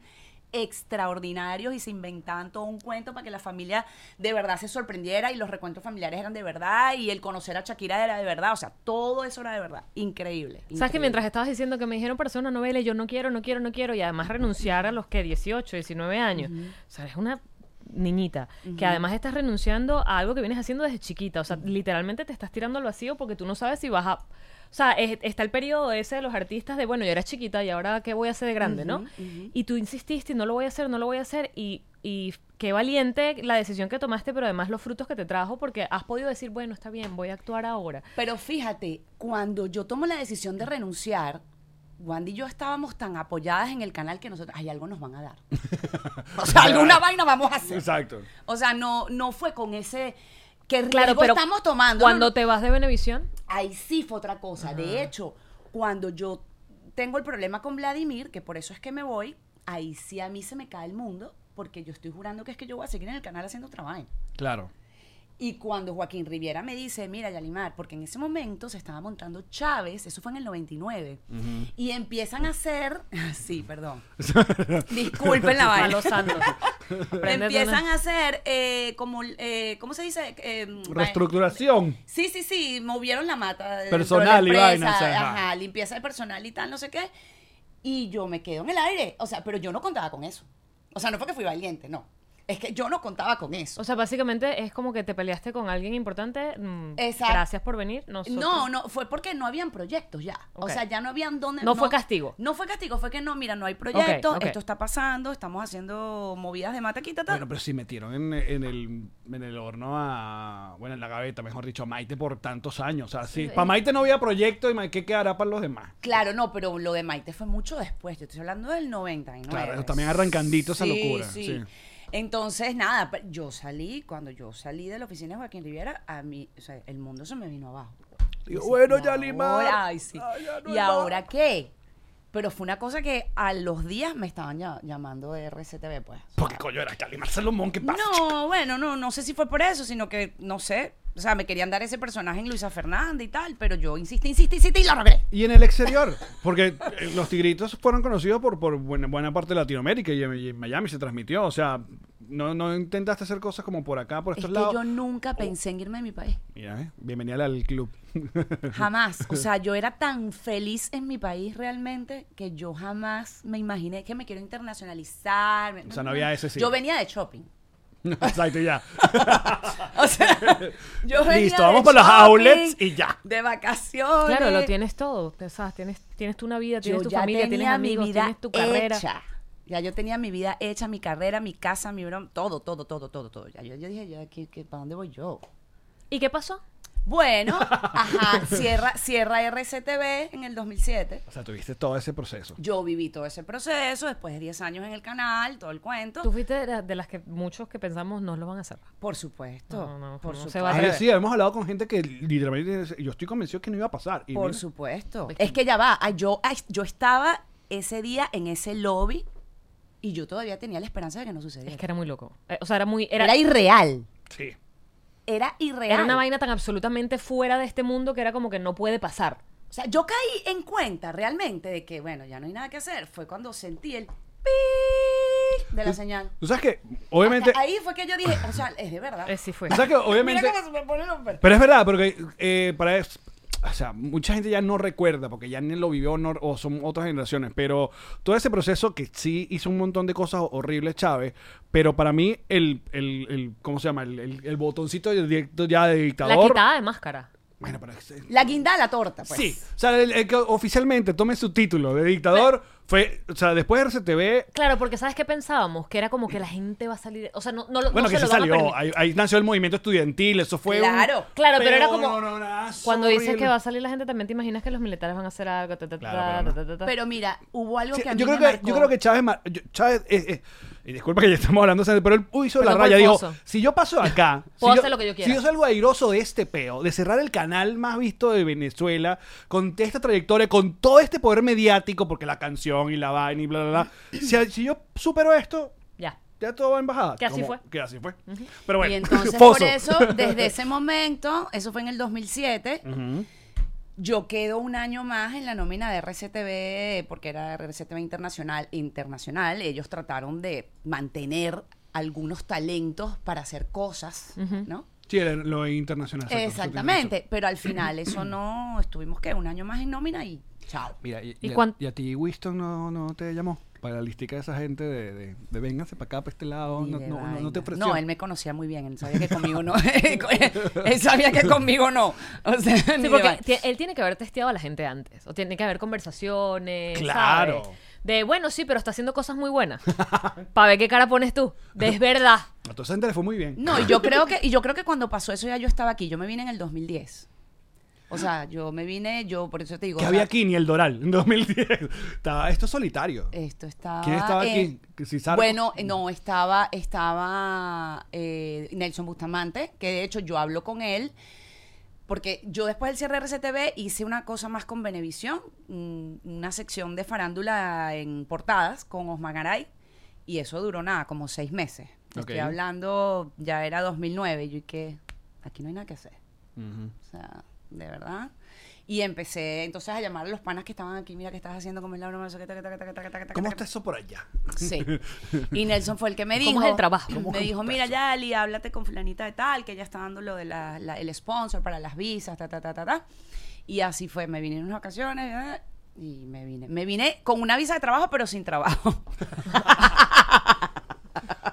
Speaker 4: extraordinarios y se inventaban todo un cuento para que la familia de verdad se sorprendiera y los recuentos familiares eran de verdad y el conocer a Shakira era de verdad, o sea, todo eso era de verdad, increíble.
Speaker 2: ¿Sabes que
Speaker 4: increíble.
Speaker 2: mientras estabas diciendo que me dijeron para hacer una novela y yo no quiero, no quiero, no quiero, y además renunciar a los que 18, 19 años? O sea, eres una niñita que además estás renunciando a algo que vienes haciendo desde chiquita. O sea, literalmente te estás tirando al vacío porque tú no sabes si vas a. O sea, es- está el periodo ese de los artistas de, bueno, yo era chiquita y ahora qué voy a hacer de grande, ¿no? Y tú insististe, no lo voy a hacer, no lo voy a hacer, y, y qué valiente la decisión que tomaste, pero además los frutos que te trajo porque has podido decir, bueno, está bien, voy a actuar ahora.
Speaker 4: Pero fíjate, cuando yo tomo la decisión de renunciar, Wanda y yo estábamos tan apoyadas en el canal que nosotros, ay, algo nos van a dar. o sea, alguna vaina vamos a hacer.
Speaker 3: [LAUGHS] Exacto.
Speaker 4: O sea, no, no fue con ese que
Speaker 2: Claro, pero
Speaker 4: estamos tomando.
Speaker 2: Cuando
Speaker 4: No, no.
Speaker 2: te vas de Benevisión,
Speaker 4: Ahí sí fue otra cosa. De hecho, cuando yo tengo el problema con Vladimir, que por eso es que me voy, ahí sí a mí se me cae el mundo, porque yo estoy jurando que es que yo voy a seguir en el canal haciendo trabajo.
Speaker 3: Claro.
Speaker 4: Y cuando Joaquín Riviera me dice, mira, Yalimar, porque en ese momento se estaba montando Chávez, eso fue en el 99, y empiezan a hacer, [LAUGHS] sí,
Speaker 3: [LAUGHS]
Speaker 4: perdón, disculpen la
Speaker 2: a
Speaker 4: vaina,
Speaker 2: los
Speaker 4: [LAUGHS]
Speaker 2: santos. Prendete
Speaker 4: empiezan
Speaker 2: una-
Speaker 4: a hacer eh, como, eh, ¿cómo se dice? Eh,
Speaker 3: Reestructuración.
Speaker 4: Sí, sí, sí, movieron la mata. dentro
Speaker 3: Personal
Speaker 4: de
Speaker 3: y
Speaker 4: la empresa,
Speaker 3: vaina, o sea, ajá.
Speaker 4: ajá, limpieza de personal y tal, no sé qué. Y yo me quedo en el aire, o sea, pero yo no contaba con eso. O sea, no fue que fui valiente, no. Es que yo no contaba con eso.
Speaker 2: O sea, básicamente es como que te peleaste con alguien importante. mm,
Speaker 4: Exacto.
Speaker 2: Gracias por venir. Nosotros-
Speaker 4: No, no, fue porque no habían proyectos ya. O
Speaker 2: Ok.
Speaker 4: sea, ya no habían dónde.
Speaker 2: No fue castigo.
Speaker 4: No fue castigo, fue que no, mira, no hay proyectos,
Speaker 2: ok.
Speaker 4: esto está pasando, estamos haciendo movidas de mata, quita, tal.
Speaker 3: Bueno, pero sí metieron en, en el, en el horno a. Bueno, en la gaveta, mejor dicho, a Maite por tantos años. O sea, sí. Para Maite no había proyecto y Ma- ¿qué quedará para los demás?
Speaker 4: Claro, no, pero lo de Maite fue mucho después. Yo estoy hablando del 99.
Speaker 3: Claro, ellos también arrancandito esa locura, sí.
Speaker 4: Entonces, nada, pe- yo salí, cuando yo salí de la oficina de Joaquín Riviera, a mí, o sea, el mundo se me vino abajo.
Speaker 3: Digo,
Speaker 4: Dice,
Speaker 3: bueno,
Speaker 4: "¿Y
Speaker 3: ya Limar.
Speaker 4: ahora? Ay, sí.
Speaker 3: Ay, ya no
Speaker 4: ¿Y
Speaker 3: hay más".
Speaker 4: ahora qué? Pero fue una cosa que a los días me estaban ya- llamando de RCTV, pues.
Speaker 3: Porque coño era Yalimar Salomón, ¿qué pasa?
Speaker 4: No, bueno, no, no sé si fue por eso, sino que, no sé, O sea, me querían dar ese personaje en Luisa Fernanda y tal, pero yo insistí, insistí, insistí y lo logré.
Speaker 3: Y en el exterior, porque eh, los tigritos fueron conocidos por, por buena, buena parte de Latinoamérica y en, y en Miami se transmitió. O sea, no, no intentaste hacer cosas como por acá, por oh.
Speaker 4: Es
Speaker 3: estos
Speaker 4: que
Speaker 3: lados.
Speaker 4: yo nunca pensé en irme de mi país.
Speaker 3: Mira, eh, bienvenida al club. [LAUGHS]
Speaker 4: Jamás. O sea, yo era tan feliz en mi país realmente que yo jamás me imaginé que me quiero internacionalizar.
Speaker 3: O sea, no había ese sí.
Speaker 4: Yo venía de shopping.
Speaker 3: Exacto, ya. [LAUGHS]
Speaker 4: O sea, yo venía
Speaker 3: Listo,
Speaker 4: de
Speaker 3: vamos por los
Speaker 4: shopping,
Speaker 3: outlets y ya.
Speaker 4: De vacaciones.
Speaker 2: Claro, lo tienes todo. O sea, tienes, tienes tu una vida, tienes tu
Speaker 4: yo ya
Speaker 2: familia, tienes
Speaker 4: tenía
Speaker 2: amigos,
Speaker 4: mi vida
Speaker 2: tienes tu carrera.
Speaker 4: hecha. Ya yo tenía mi vida hecha, mi carrera, mi casa, mi broma, todo, todo, todo, todo, todo. Ya yo, yo dije, ya, ¿qué, qué, para dónde voy yo?
Speaker 2: ¿Y qué pasó? [LAUGHS]
Speaker 4: Bueno, ajá, cierra, cierra RCTV en el 2007.
Speaker 3: O sea, tuviste todo ese proceso.
Speaker 4: Yo viví todo ese proceso, después de 10 años en el canal, todo el cuento.
Speaker 2: Tú fuiste de, la- de las que muchos que pensamos no lo van a hacer.
Speaker 4: Por supuesto,
Speaker 2: No, no,
Speaker 4: por
Speaker 2: no se
Speaker 4: supuesto.
Speaker 2: va a
Speaker 3: Ah,
Speaker 2: ver.
Speaker 3: sí, hemos hablado con gente que literalmente dice, yo estoy convencido que no iba a pasar. Y
Speaker 4: Por
Speaker 3: mira,
Speaker 4: supuesto.
Speaker 2: Pues
Speaker 4: Es
Speaker 2: sí.
Speaker 4: que ya va, ah, yo, ah, yo estaba ese día en ese lobby y yo todavía tenía la esperanza de que no sucediera.
Speaker 2: Es que era muy loco. Eh, o sea, era muy.
Speaker 4: era,
Speaker 2: Era, era,
Speaker 4: irreal.
Speaker 3: Sí.
Speaker 4: Era irreal.
Speaker 2: una vaina tan absolutamente fuera de este mundo que era como que no puede pasar.
Speaker 4: O sea, yo caí en cuenta realmente de que, bueno, ya no hay nada que hacer. Fue cuando sentí el pi de la señal.
Speaker 3: Tú sabes que, obviamente,
Speaker 4: Ahí fue que yo dije, o sea, es de verdad.
Speaker 2: Eh, sí fue.
Speaker 3: tú sabes que, obviamente...
Speaker 4: Mira cómo se me ponen los pelos.
Speaker 3: Pero es verdad, porque eh, para es- o sea, mucha gente ya no recuerda, porque ya ni lo vivió no- o son otras generaciones, pero todo ese proceso que sí hizo un montón de cosas horribles Chávez, pero para mí el, el, el- ¿cómo se llama? El, el- el botoncito de directo ya de
Speaker 2: La
Speaker 3: dictador.
Speaker 2: quitada de máscara.
Speaker 3: Bueno, pero es-
Speaker 4: La guinda de la torta, pues.
Speaker 3: sí, o sea, el, el que oficialmente tome su título de dictador
Speaker 2: Pues.
Speaker 3: fue, o sea, después de RCTV,
Speaker 2: Claro, porque ¿sabes qué pensábamos? Que era como que la gente va a salir. O sea, no, no, lo- no
Speaker 3: bueno, que
Speaker 2: se
Speaker 3: se
Speaker 2: lo van a
Speaker 3: salió,
Speaker 2: permitir.
Speaker 3: ahí, ahí nació el movimiento estudiantil, eso fue un
Speaker 4: Claro,
Speaker 2: claro, pero era como-
Speaker 3: peonorazo
Speaker 2: Cuando dices
Speaker 3: horrible.
Speaker 2: que va a salir la gente, también te imaginas que los militares van a hacer algo. ta, ta, ta,
Speaker 3: Claro, pero no.
Speaker 2: ta, ta, ta.
Speaker 4: Pero mira, hubo algo
Speaker 3: Sí,
Speaker 4: que a mí
Speaker 3: yo, creo
Speaker 4: me
Speaker 3: que, yo
Speaker 4: marcó.
Speaker 3: creo que Chávez, mar- yo- Chávez eh, eh, y disculpa que ya estamos hablando, pero él hizo la
Speaker 2: Perdón por
Speaker 3: raya,
Speaker 2: el
Speaker 3: dijo,
Speaker 2: foso.
Speaker 3: si yo paso de acá,
Speaker 2: Puedo
Speaker 3: si,
Speaker 2: hacer lo que yo quiera.
Speaker 3: si yo salgo airoso de este peo, de cerrar el canal más visto de Venezuela, con esta trayectoria, con todo este poder mediático, porque la canción y la vaina y bla, bla, bla, si, si yo supero esto,
Speaker 2: Ya.
Speaker 3: ya todo va en bajada.
Speaker 2: Que así
Speaker 3: Como-
Speaker 2: fue.
Speaker 3: Que así fue. Pero bueno,
Speaker 4: Y entonces
Speaker 3: foso.
Speaker 4: por eso, desde ese momento, eso fue en el 2007, yo quedo un año más en la nómina de RCTV, porque era RCTV Internacional. internacional ellos trataron de mantener algunos talentos para hacer cosas, ¿no?
Speaker 3: Sí, era lo internacional. exacto,
Speaker 4: Exactamente, pero al final eso no, estuvimos que un año más en nómina y chao.
Speaker 3: Mira, y,
Speaker 2: ¿Y
Speaker 3: y a-
Speaker 2: cuán-
Speaker 3: y a ti Winston no, no te llamó para la listica de esa gente de, de, de vénganse para acá, para este lado,
Speaker 4: Ni
Speaker 3: no,
Speaker 4: de
Speaker 3: no, no, no
Speaker 4: vaina.
Speaker 3: te ofreció.
Speaker 4: No, él me conocía muy bien, él sabía que conmigo no. [LAUGHS] él sabía que conmigo no. O sea, ni
Speaker 2: Sí,
Speaker 4: de
Speaker 2: porque
Speaker 4: vaina.
Speaker 2: ti- él tiene que haber testeado a la gente antes. O tiene que haber conversaciones.
Speaker 3: Claro.
Speaker 2: ¿sabes? De, bueno, sí, pero está haciendo cosas muy buenas. [LAUGHS] Para ver qué cara pones tú. De es verdad.
Speaker 3: A toda esa gente le fue muy bien. Ah,
Speaker 4: No, y yo creo que, y yo creo que cuando pasó eso ya yo estaba aquí. Yo me vine en el 2010. O sea, yo me vine, yo por eso te digo.
Speaker 3: que
Speaker 4: o
Speaker 3: había
Speaker 4: sea,
Speaker 3: aquí ni el Doral en 2010. Estaba, esto es solitario.
Speaker 4: Esto estaba.
Speaker 3: ¿Quién estaba
Speaker 4: eh,
Speaker 3: aquí? Que si Sarco-
Speaker 4: Bueno, no, estaba, estaba eh, Nelson Bustamante, que de hecho yo hablo con él. Porque yo después del cierre de RCTV hice una cosa más con Benevisión, un- una sección de farándula en portadas con Osman Garay, y eso duró nada, como seis meses. Te Estoy
Speaker 3: Ok.
Speaker 4: hablando, ya era 2009, y yo y que aquí no hay nada que hacer. O sea, de verdad. Y empecé entonces a llamar a los panas que estaban aquí, mira, ¿qué estás haciendo? ¿Cómo es la broma? No sé qué, taca, taca, taca, taca, taca,
Speaker 3: ¿Cómo
Speaker 4: taca".
Speaker 3: está eso por
Speaker 4: [LAUGHS]
Speaker 3: allá?
Speaker 2: [LAUGHS]
Speaker 4: Sí. Y Nelson fue el que me
Speaker 2: ¿Cómo
Speaker 4: dijo.
Speaker 2: es el trabajo? ¿Cómo-
Speaker 4: Me dijo, mira, Yali, háblate con fulanita de tal, que ella está dando lo de la- la- el sponsor para las visas, ta, ta, ta, ta, ta. Y así fue. Me vine en unas ocasiones eh, y me vine. Me vine con una visa de trabajo, pero sin trabajo.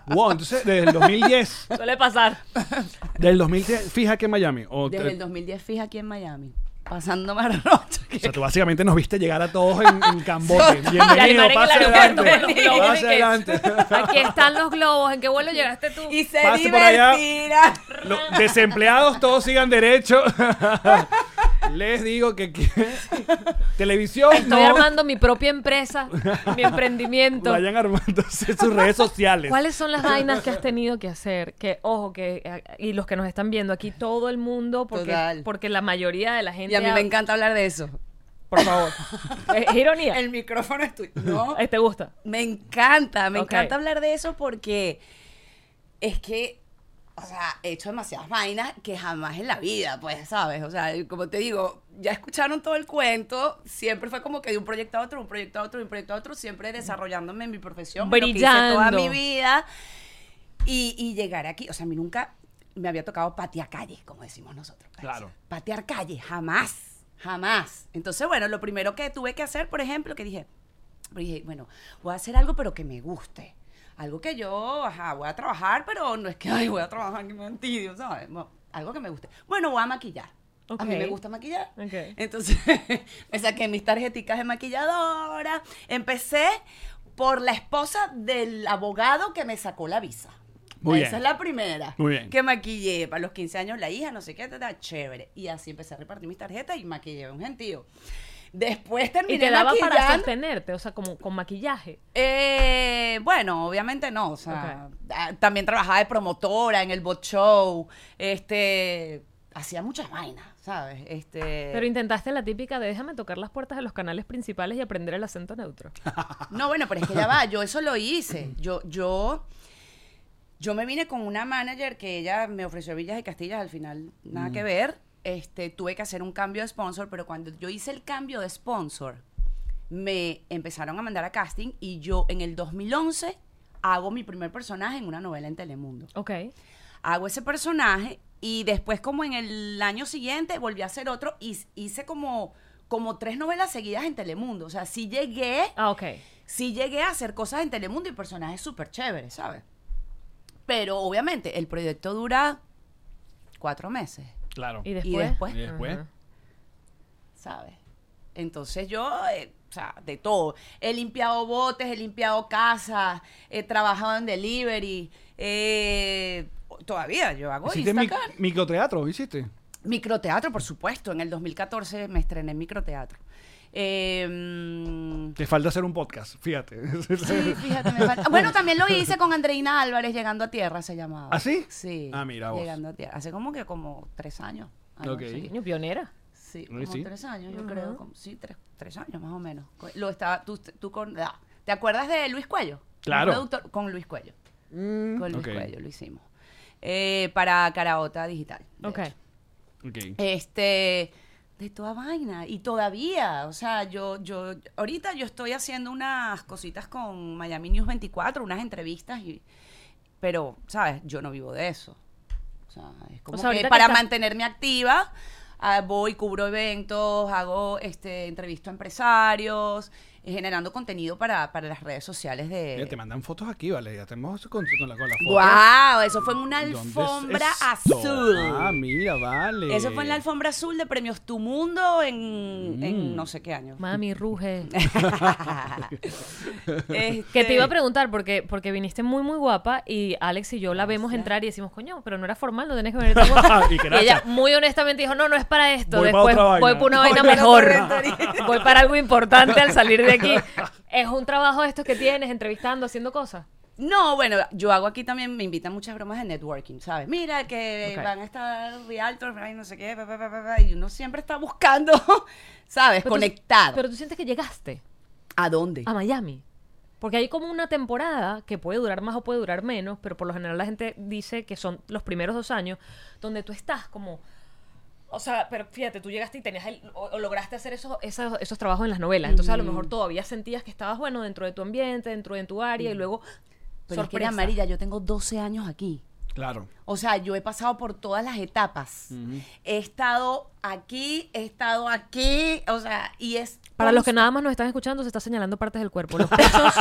Speaker 3: Wow, entonces desde el 2010,
Speaker 2: Suele pasar.
Speaker 3: del 2010, fija que Miami. O,
Speaker 4: Desde
Speaker 3: te-
Speaker 4: el 2010 fija aquí en Miami, pasando más rocha.
Speaker 3: o sea, tú básicamente nos viste llegar a todos en,
Speaker 4: [LAUGHS]
Speaker 3: en Cambote.
Speaker 2: Ya, y
Speaker 3: Bienvenido,
Speaker 2: Marica, el
Speaker 3: pase
Speaker 2: aeropuerto,
Speaker 3: adelante.
Speaker 2: con los globos,
Speaker 3: Pase
Speaker 2: y que-
Speaker 3: adelante.
Speaker 2: Aquí están los globos. ¿En qué vuelo llegaste tú?
Speaker 4: Y se
Speaker 3: Pase por allá.
Speaker 4: divertirá.
Speaker 3: Los desempleados todos sigan derecho. [LAUGHS] Les digo que, que- televisión
Speaker 2: Estoy
Speaker 3: no.
Speaker 2: armando mi propia empresa, mi emprendimiento.
Speaker 3: Vayan armándose [LAUGHS] sus redes sociales.
Speaker 2: ¿Cuáles son las
Speaker 3: [LAUGHS]
Speaker 2: vainas que has tenido que hacer? Que, ojo, que eh, y los que nos están viendo aquí, todo el mundo, porque,
Speaker 4: Total.
Speaker 2: porque la mayoría de la gente.
Speaker 4: Y a mí
Speaker 2: ha-
Speaker 4: me encanta hablar de eso.
Speaker 2: Por
Speaker 4: [LAUGHS]
Speaker 2: favor. Es, es ironía.
Speaker 4: El micrófono es tuyo. No.
Speaker 2: Eh, ¿Te gusta?
Speaker 4: Me encanta, me
Speaker 2: Ok.
Speaker 4: encanta hablar de eso porque es que o sea, he hecho demasiadas vainas que jamás en la vida, pues, ¿sabes? O sea, y como te digo, ya escucharon todo el cuento, siempre fue como que de un proyecto a otro, un proyecto a otro, un proyecto a otro, siempre desarrollándome en mi profesión, en Lo que
Speaker 2: Brillando.
Speaker 4: hice toda mi vida. Y, y llegar aquí, o sea, a mí nunca me había tocado patear calle, como decimos nosotros. pues.
Speaker 3: Claro.
Speaker 4: Patear calle, jamás, jamás. Entonces, bueno, lo primero que tuve que hacer, por ejemplo, que dije, pero dije, bueno, voy a hacer algo, pero que me guste. Algo que yo, ajá, voy a trabajar, pero no es que, [LAUGHS] ay, voy a trabajar, que mentira, ¿sabes? No, algo que me guste. Bueno, voy a maquillar. A mí
Speaker 2: Ok.
Speaker 4: me gusta maquillar.
Speaker 2: Ok.
Speaker 4: Entonces, [LAUGHS] me saqué mis tarjeticas de maquilladora. Empecé por la esposa del abogado que me sacó la visa.
Speaker 3: Muy
Speaker 4: Esa
Speaker 3: bien.
Speaker 4: es la primera.
Speaker 3: Muy bien.
Speaker 4: Que maquillé para los 15 años la hija, no sé qué, ta, ta, chévere. Y así empecé a repartir mis tarjetas y maquillé a un gentío. Después terminé
Speaker 2: Y te daba para
Speaker 4: maquillando-
Speaker 2: sostenerte, o sea, como con maquillaje.
Speaker 4: eh, bueno, obviamente no. O sea, ah, también trabajaba de promotora en el bot show. Este, hacía muchas vainas, ¿sabes? Este,
Speaker 2: Pero intentaste la típica de déjame tocar las puertas de los canales principales y aprender el acento
Speaker 4: [LAUGHS]
Speaker 2: neutro.
Speaker 4: no, bueno, pero es que ya va. Yo eso lo hice. Yo, yo, yo me vine con una manager que ella me ofreció Villas y Castillas. Al final, nada que ver. Este, tuve que hacer un cambio de sponsor, pero cuando yo hice el cambio de sponsor, me empezaron a mandar a casting y yo en el 2011 hago mi primer personaje en una novela en Telemundo.
Speaker 2: Ok.
Speaker 4: hago ese personaje y después como en el año siguiente volví a hacer otro y s- hice como como tres novelas seguidas en Telemundo, o sea, sí llegué,
Speaker 2: Ah, ok.
Speaker 4: sí llegué a hacer cosas en Telemundo y personajes súper chéveres, ¿sabes? Pero obviamente el proyecto dura cuatro meses,
Speaker 3: Claro.
Speaker 2: Y después.
Speaker 4: después?
Speaker 3: Y después.
Speaker 2: Ajá.
Speaker 4: ¿sabes? Entonces yo, eh, o sea, de todo. He limpiado botes, he limpiado casas, he trabajado en delivery, eh, todavía yo hago
Speaker 3: ¿Hiciste mi-
Speaker 4: Instacart.
Speaker 3: microteatro? ¿Hiciste?
Speaker 4: Microteatro, por supuesto. En el 2014 me estrené en microteatro. Eh, mm,
Speaker 3: Te falta hacer un podcast, fíjate.
Speaker 4: sí, fíjate. me falta- Bueno, también lo hice con Andreina Álvarez, Llegando a Tierra se llamaba.
Speaker 3: ¿Ah, sí?
Speaker 4: Sí.
Speaker 3: Ah, mira vos.
Speaker 4: Llegando a Tierra. Hace como que como tres años. algo
Speaker 3: Ok.
Speaker 4: así.
Speaker 2: Coño, pionera.
Speaker 4: Sí,
Speaker 3: Eh,
Speaker 4: como
Speaker 3: sí.
Speaker 4: tres años, yo creo. como- sí, tres, tres años más o menos. Co- Lo estaba, tú, tú con... ah, ¿Te acuerdas de Luis Cuello? Un
Speaker 3: Claro.
Speaker 4: productor- con Luis Cuello. Con Luis
Speaker 3: ok.
Speaker 4: Cuello lo hicimos. Eh, para Caraota Digital. de
Speaker 2: Ok.
Speaker 4: hecho.
Speaker 3: [LAUGHS] Ok.
Speaker 4: Este, de toda vaina. Y todavía, o sea, yo, yo, ahorita yo estoy haciendo unas cositas con Miami News 24, unas entrevistas, y, pero, ¿sabes? Yo no vivo de eso. O sea, es como
Speaker 2: O sea,
Speaker 4: que
Speaker 2: ahorita que
Speaker 4: para
Speaker 2: está-
Speaker 4: mantenerme activa, ah, voy, cubro eventos, hago, este, entrevisto a empresarios, eh, generando contenido para, para las redes sociales de...
Speaker 3: Mira, te mandan fotos aquí, vale. Ya estamos con, con la, con la foto.
Speaker 4: ¡Guau! Eso fue en una
Speaker 3: ¿Dónde es
Speaker 4: alfombra
Speaker 3: esto?
Speaker 4: azul.
Speaker 3: Ah, mira, vale.
Speaker 4: Eso fue en la alfombra azul de Premios Tu Mundo en, en no sé qué año.
Speaker 2: Mami, ruge.
Speaker 4: [LAUGHS] Este,
Speaker 2: Que te iba a preguntar, porque, porque viniste muy, muy guapa y Alex y yo la vemos entrar y decimos, coño, pero no era formal, no tenés que venir tan guapa.
Speaker 3: [LAUGHS] Y
Speaker 2: y,
Speaker 3: que
Speaker 2: ella
Speaker 3: nacha.
Speaker 2: muy honestamente dijo, no, no es para esto.
Speaker 3: Voy para
Speaker 2: Después
Speaker 3: otra vaina.
Speaker 2: voy para una
Speaker 4: [LAUGHS] Voy
Speaker 2: vaina
Speaker 4: para
Speaker 2: mejor.
Speaker 4: otra eventoría.
Speaker 2: voy para algo importante al salir de
Speaker 4: [LAUGHS]
Speaker 2: aquí. Es un trabajo de estos que tienes, entrevistando, haciendo cosas.
Speaker 4: No, bueno, yo hago aquí también, me invitan muchas bromas de networking, ¿sabes? Mira que
Speaker 2: Ok.
Speaker 4: van a estar realtors, ay, no sé qué, pa, pa, pa, pa, pa, y uno siempre está buscando, [LAUGHS] ¿sabes?
Speaker 2: Pero tú-
Speaker 4: Conectar.
Speaker 2: pero Ah, tú sientes que llegaste
Speaker 4: ¿A dónde?
Speaker 2: a Miami. Porque hay como una temporada que puede durar más o puede durar menos, pero por lo general la gente dice que son los primeros dos años donde tú estás como... O sea, pero fíjate, tú llegaste y tenías el- o, o lograste hacer esos, esos, esos trabajos en las novelas. Entonces a lo mejor todavía sentías que estabas, bueno, dentro de tu ambiente, dentro de tu área y luego...
Speaker 4: Pero es que
Speaker 2: sorpresa.
Speaker 4: era amarilla, yo tengo 12 años aquí.
Speaker 3: Claro.
Speaker 4: O sea, yo he pasado por todas las etapas. He estado aquí, he estado aquí, o sea, y es...
Speaker 2: Para los que nada más nos están escuchando, se está señalando partes del cuerpo, los pechos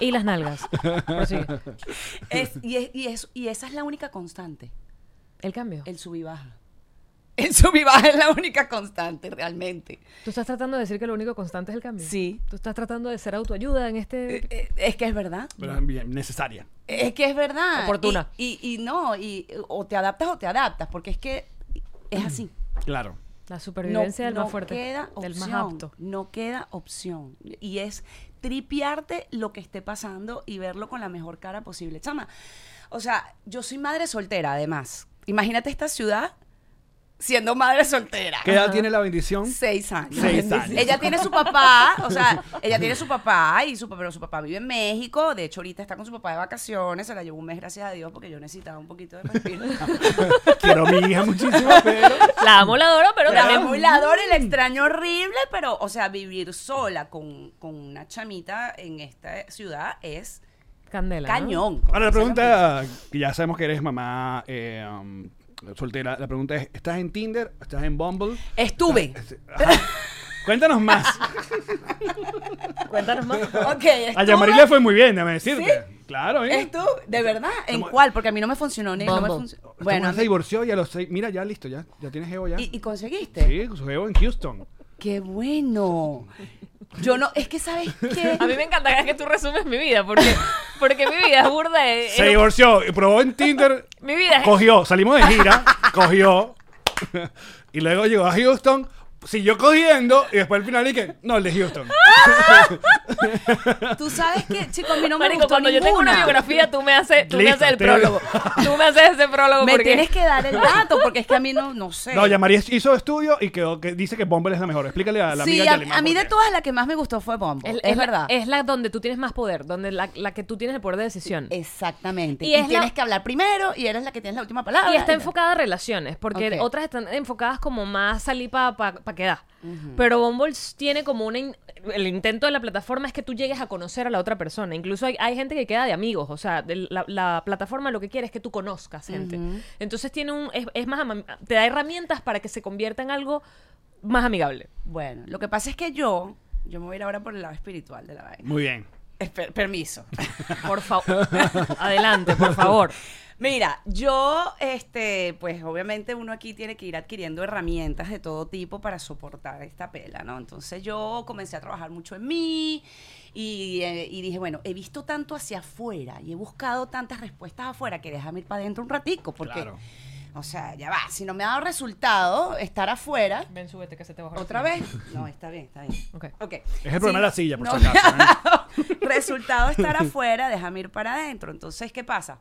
Speaker 2: y las nalgas. Prosigue.
Speaker 4: [LAUGHS] es- y, es- y es- y esa es la única constante.
Speaker 2: El cambio.
Speaker 4: El sub y baja. [LAUGHS] El sub y baja es la única constante, realmente.
Speaker 2: Tú estás tratando de decir que lo único constante es el cambio.
Speaker 4: Sí.
Speaker 2: Tú estás tratando de ser autoayuda en este...
Speaker 4: Eh, eh, Es que es verdad.
Speaker 3: Pero es bien necesaria.
Speaker 4: Es que es verdad.
Speaker 2: Oportuna.
Speaker 4: Y, y- y no, y, o te adaptas o te adaptas, porque es que es así.
Speaker 3: Claro.
Speaker 2: La supervivencia del
Speaker 4: no
Speaker 2: más fuerte.
Speaker 4: queda
Speaker 2: del
Speaker 4: opción,
Speaker 2: más
Speaker 4: [LAUGHS]
Speaker 2: apto.
Speaker 4: No queda opción. Y es tripiarte lo que esté pasando y verlo con la mejor cara posible. Chama, o sea, yo soy madre soltera, además. Imagínate esta ciudad siendo madre soltera.
Speaker 3: ¿Qué edad tiene la
Speaker 4: [LAUGHS]
Speaker 3: bendición?
Speaker 4: Seis años.
Speaker 3: Seis años.
Speaker 4: Ella tiene su papá, o sea, ella tiene su papá, y su, pa- pero su papá vive en México. De hecho, ahorita está con su papá de vacaciones. Se la llevó un mes, gracias a Dios, porque yo necesitaba un poquito
Speaker 3: [LAUGHS]
Speaker 4: de respiro.
Speaker 3: Quiero a mi hija muchísimo, pero...
Speaker 2: La amo, la adoro, pero
Speaker 4: la
Speaker 2: también...
Speaker 4: amo y la adoro
Speaker 3: Mm.
Speaker 4: y la extraño horrible, pero, o sea, vivir sola con, con una chamita en esta ciudad es
Speaker 2: Candela. ¿no?
Speaker 4: cañón.
Speaker 3: Ahora la pregunta, que ya sabemos que eres mamá eh, um, soltera, la pregunta es, ¿estás en Tinder? ¿Estás en Bumble? Ah,
Speaker 4: Estuve.
Speaker 3: Cuéntanos más.
Speaker 2: Cuéntanos más.
Speaker 4: Ok,
Speaker 3: A
Speaker 4: estuve.
Speaker 3: Yamari fue muy bien, déjame decirte. Claro, ¿eh?
Speaker 4: ¿Estuve? ¿De verdad? ¿En
Speaker 3: Estamos-
Speaker 4: cuál? Porque a mí no me funcionó. ni- No me
Speaker 2: Bumble.
Speaker 4: func-
Speaker 3: Esta
Speaker 4: Bueno,
Speaker 3: mujer
Speaker 4: a
Speaker 3: se
Speaker 4: mí-
Speaker 3: divorció y a los seis... Mira, ya listo, ya. Ya tienes Evo ya.
Speaker 4: ¿y, y conseguiste?
Speaker 3: Sí, su Evo en Houston.
Speaker 4: ¡Qué bueno! Yo no, es que sabes qué.
Speaker 2: [LAUGHS] A mí me encantaría que tú resumes mi vida, porque, porque mi vida es burda. eh,
Speaker 3: Se
Speaker 2: eh,
Speaker 3: divorció, probó en Tinder,
Speaker 2: mi vida es...
Speaker 3: cogió, salimos de gira, cogió, y luego llegó a Houston, siguió cogiendo, y después al final dije, no, el de Houston.
Speaker 4: Tú sabes que, chicos, a mí no me
Speaker 2: Marico,
Speaker 4: gustó
Speaker 2: cuando yo tengo una
Speaker 4: ninguna.
Speaker 2: biografía, tú me haces, tú me
Speaker 3: Listo,
Speaker 2: haces el
Speaker 3: te-
Speaker 2: prólogo. Tú me haces ese prólogo
Speaker 4: Me
Speaker 2: porque...
Speaker 4: tienes que dar el dato, porque es que a mí no, no sé.
Speaker 3: No, ya María hizo estudio y quedó que dice que Bumble es la mejor. Explícale a la
Speaker 4: sí,
Speaker 3: amiga
Speaker 4: a,
Speaker 3: que le
Speaker 4: a mí de todas la que más me gustó fue Bumble. Es,
Speaker 2: la-
Speaker 4: verdad.
Speaker 2: Es la donde tú tienes más poder, donde la, la que tú tienes el poder de decisión.
Speaker 4: Exactamente.
Speaker 2: Y
Speaker 4: Y,
Speaker 2: es la-
Speaker 4: tienes que hablar primero y eres la que tienes la última palabra.
Speaker 2: Y está enfocada a relaciones, porque
Speaker 4: Ok.
Speaker 2: otras están enfocadas como más salir para pa, pa quedar. Pero Bumble tiene como una... in- el intento de la plataforma es que tú llegues a conocer a la otra persona. Incluso hay, hay gente que queda de amigos. O sea, de la, la plataforma lo que quiere es que tú conozcas gente. Entonces tiene un... Es, es más... ama- Te da herramientas para que se convierta en algo más amigable.
Speaker 4: Bueno, lo que pasa es que yo, yo me voy a ir ahora por el lado espiritual de la vaina.
Speaker 3: Muy bien. [LAUGHS]
Speaker 4: Esper- permiso.
Speaker 2: Por favor. [LAUGHS] Adelante, por favor.
Speaker 4: Mira, yo, este, pues obviamente uno aquí tiene que ir adquiriendo herramientas de todo tipo para soportar esta pela, ¿no? Entonces yo comencé a trabajar mucho en mí y, eh, y dije, bueno, he visto tanto hacia afuera y he buscado tantas respuestas afuera que déjame ir para adentro un ratico, porque,
Speaker 3: Claro.
Speaker 4: o sea, ya va, si no me ha dado resultado estar afuera,
Speaker 2: Ven, súbete que se te va a
Speaker 4: ¿otra vez? No, está bien, está bien.
Speaker 2: Ok.
Speaker 4: Ok.
Speaker 3: Es el problema de la silla, por
Speaker 4: [LAUGHS] no
Speaker 3: si
Speaker 4: me
Speaker 3: acaso, ¿eh?
Speaker 4: ha dado Resultado estar afuera, déjame ir para adentro. Entonces, ¿qué pasa?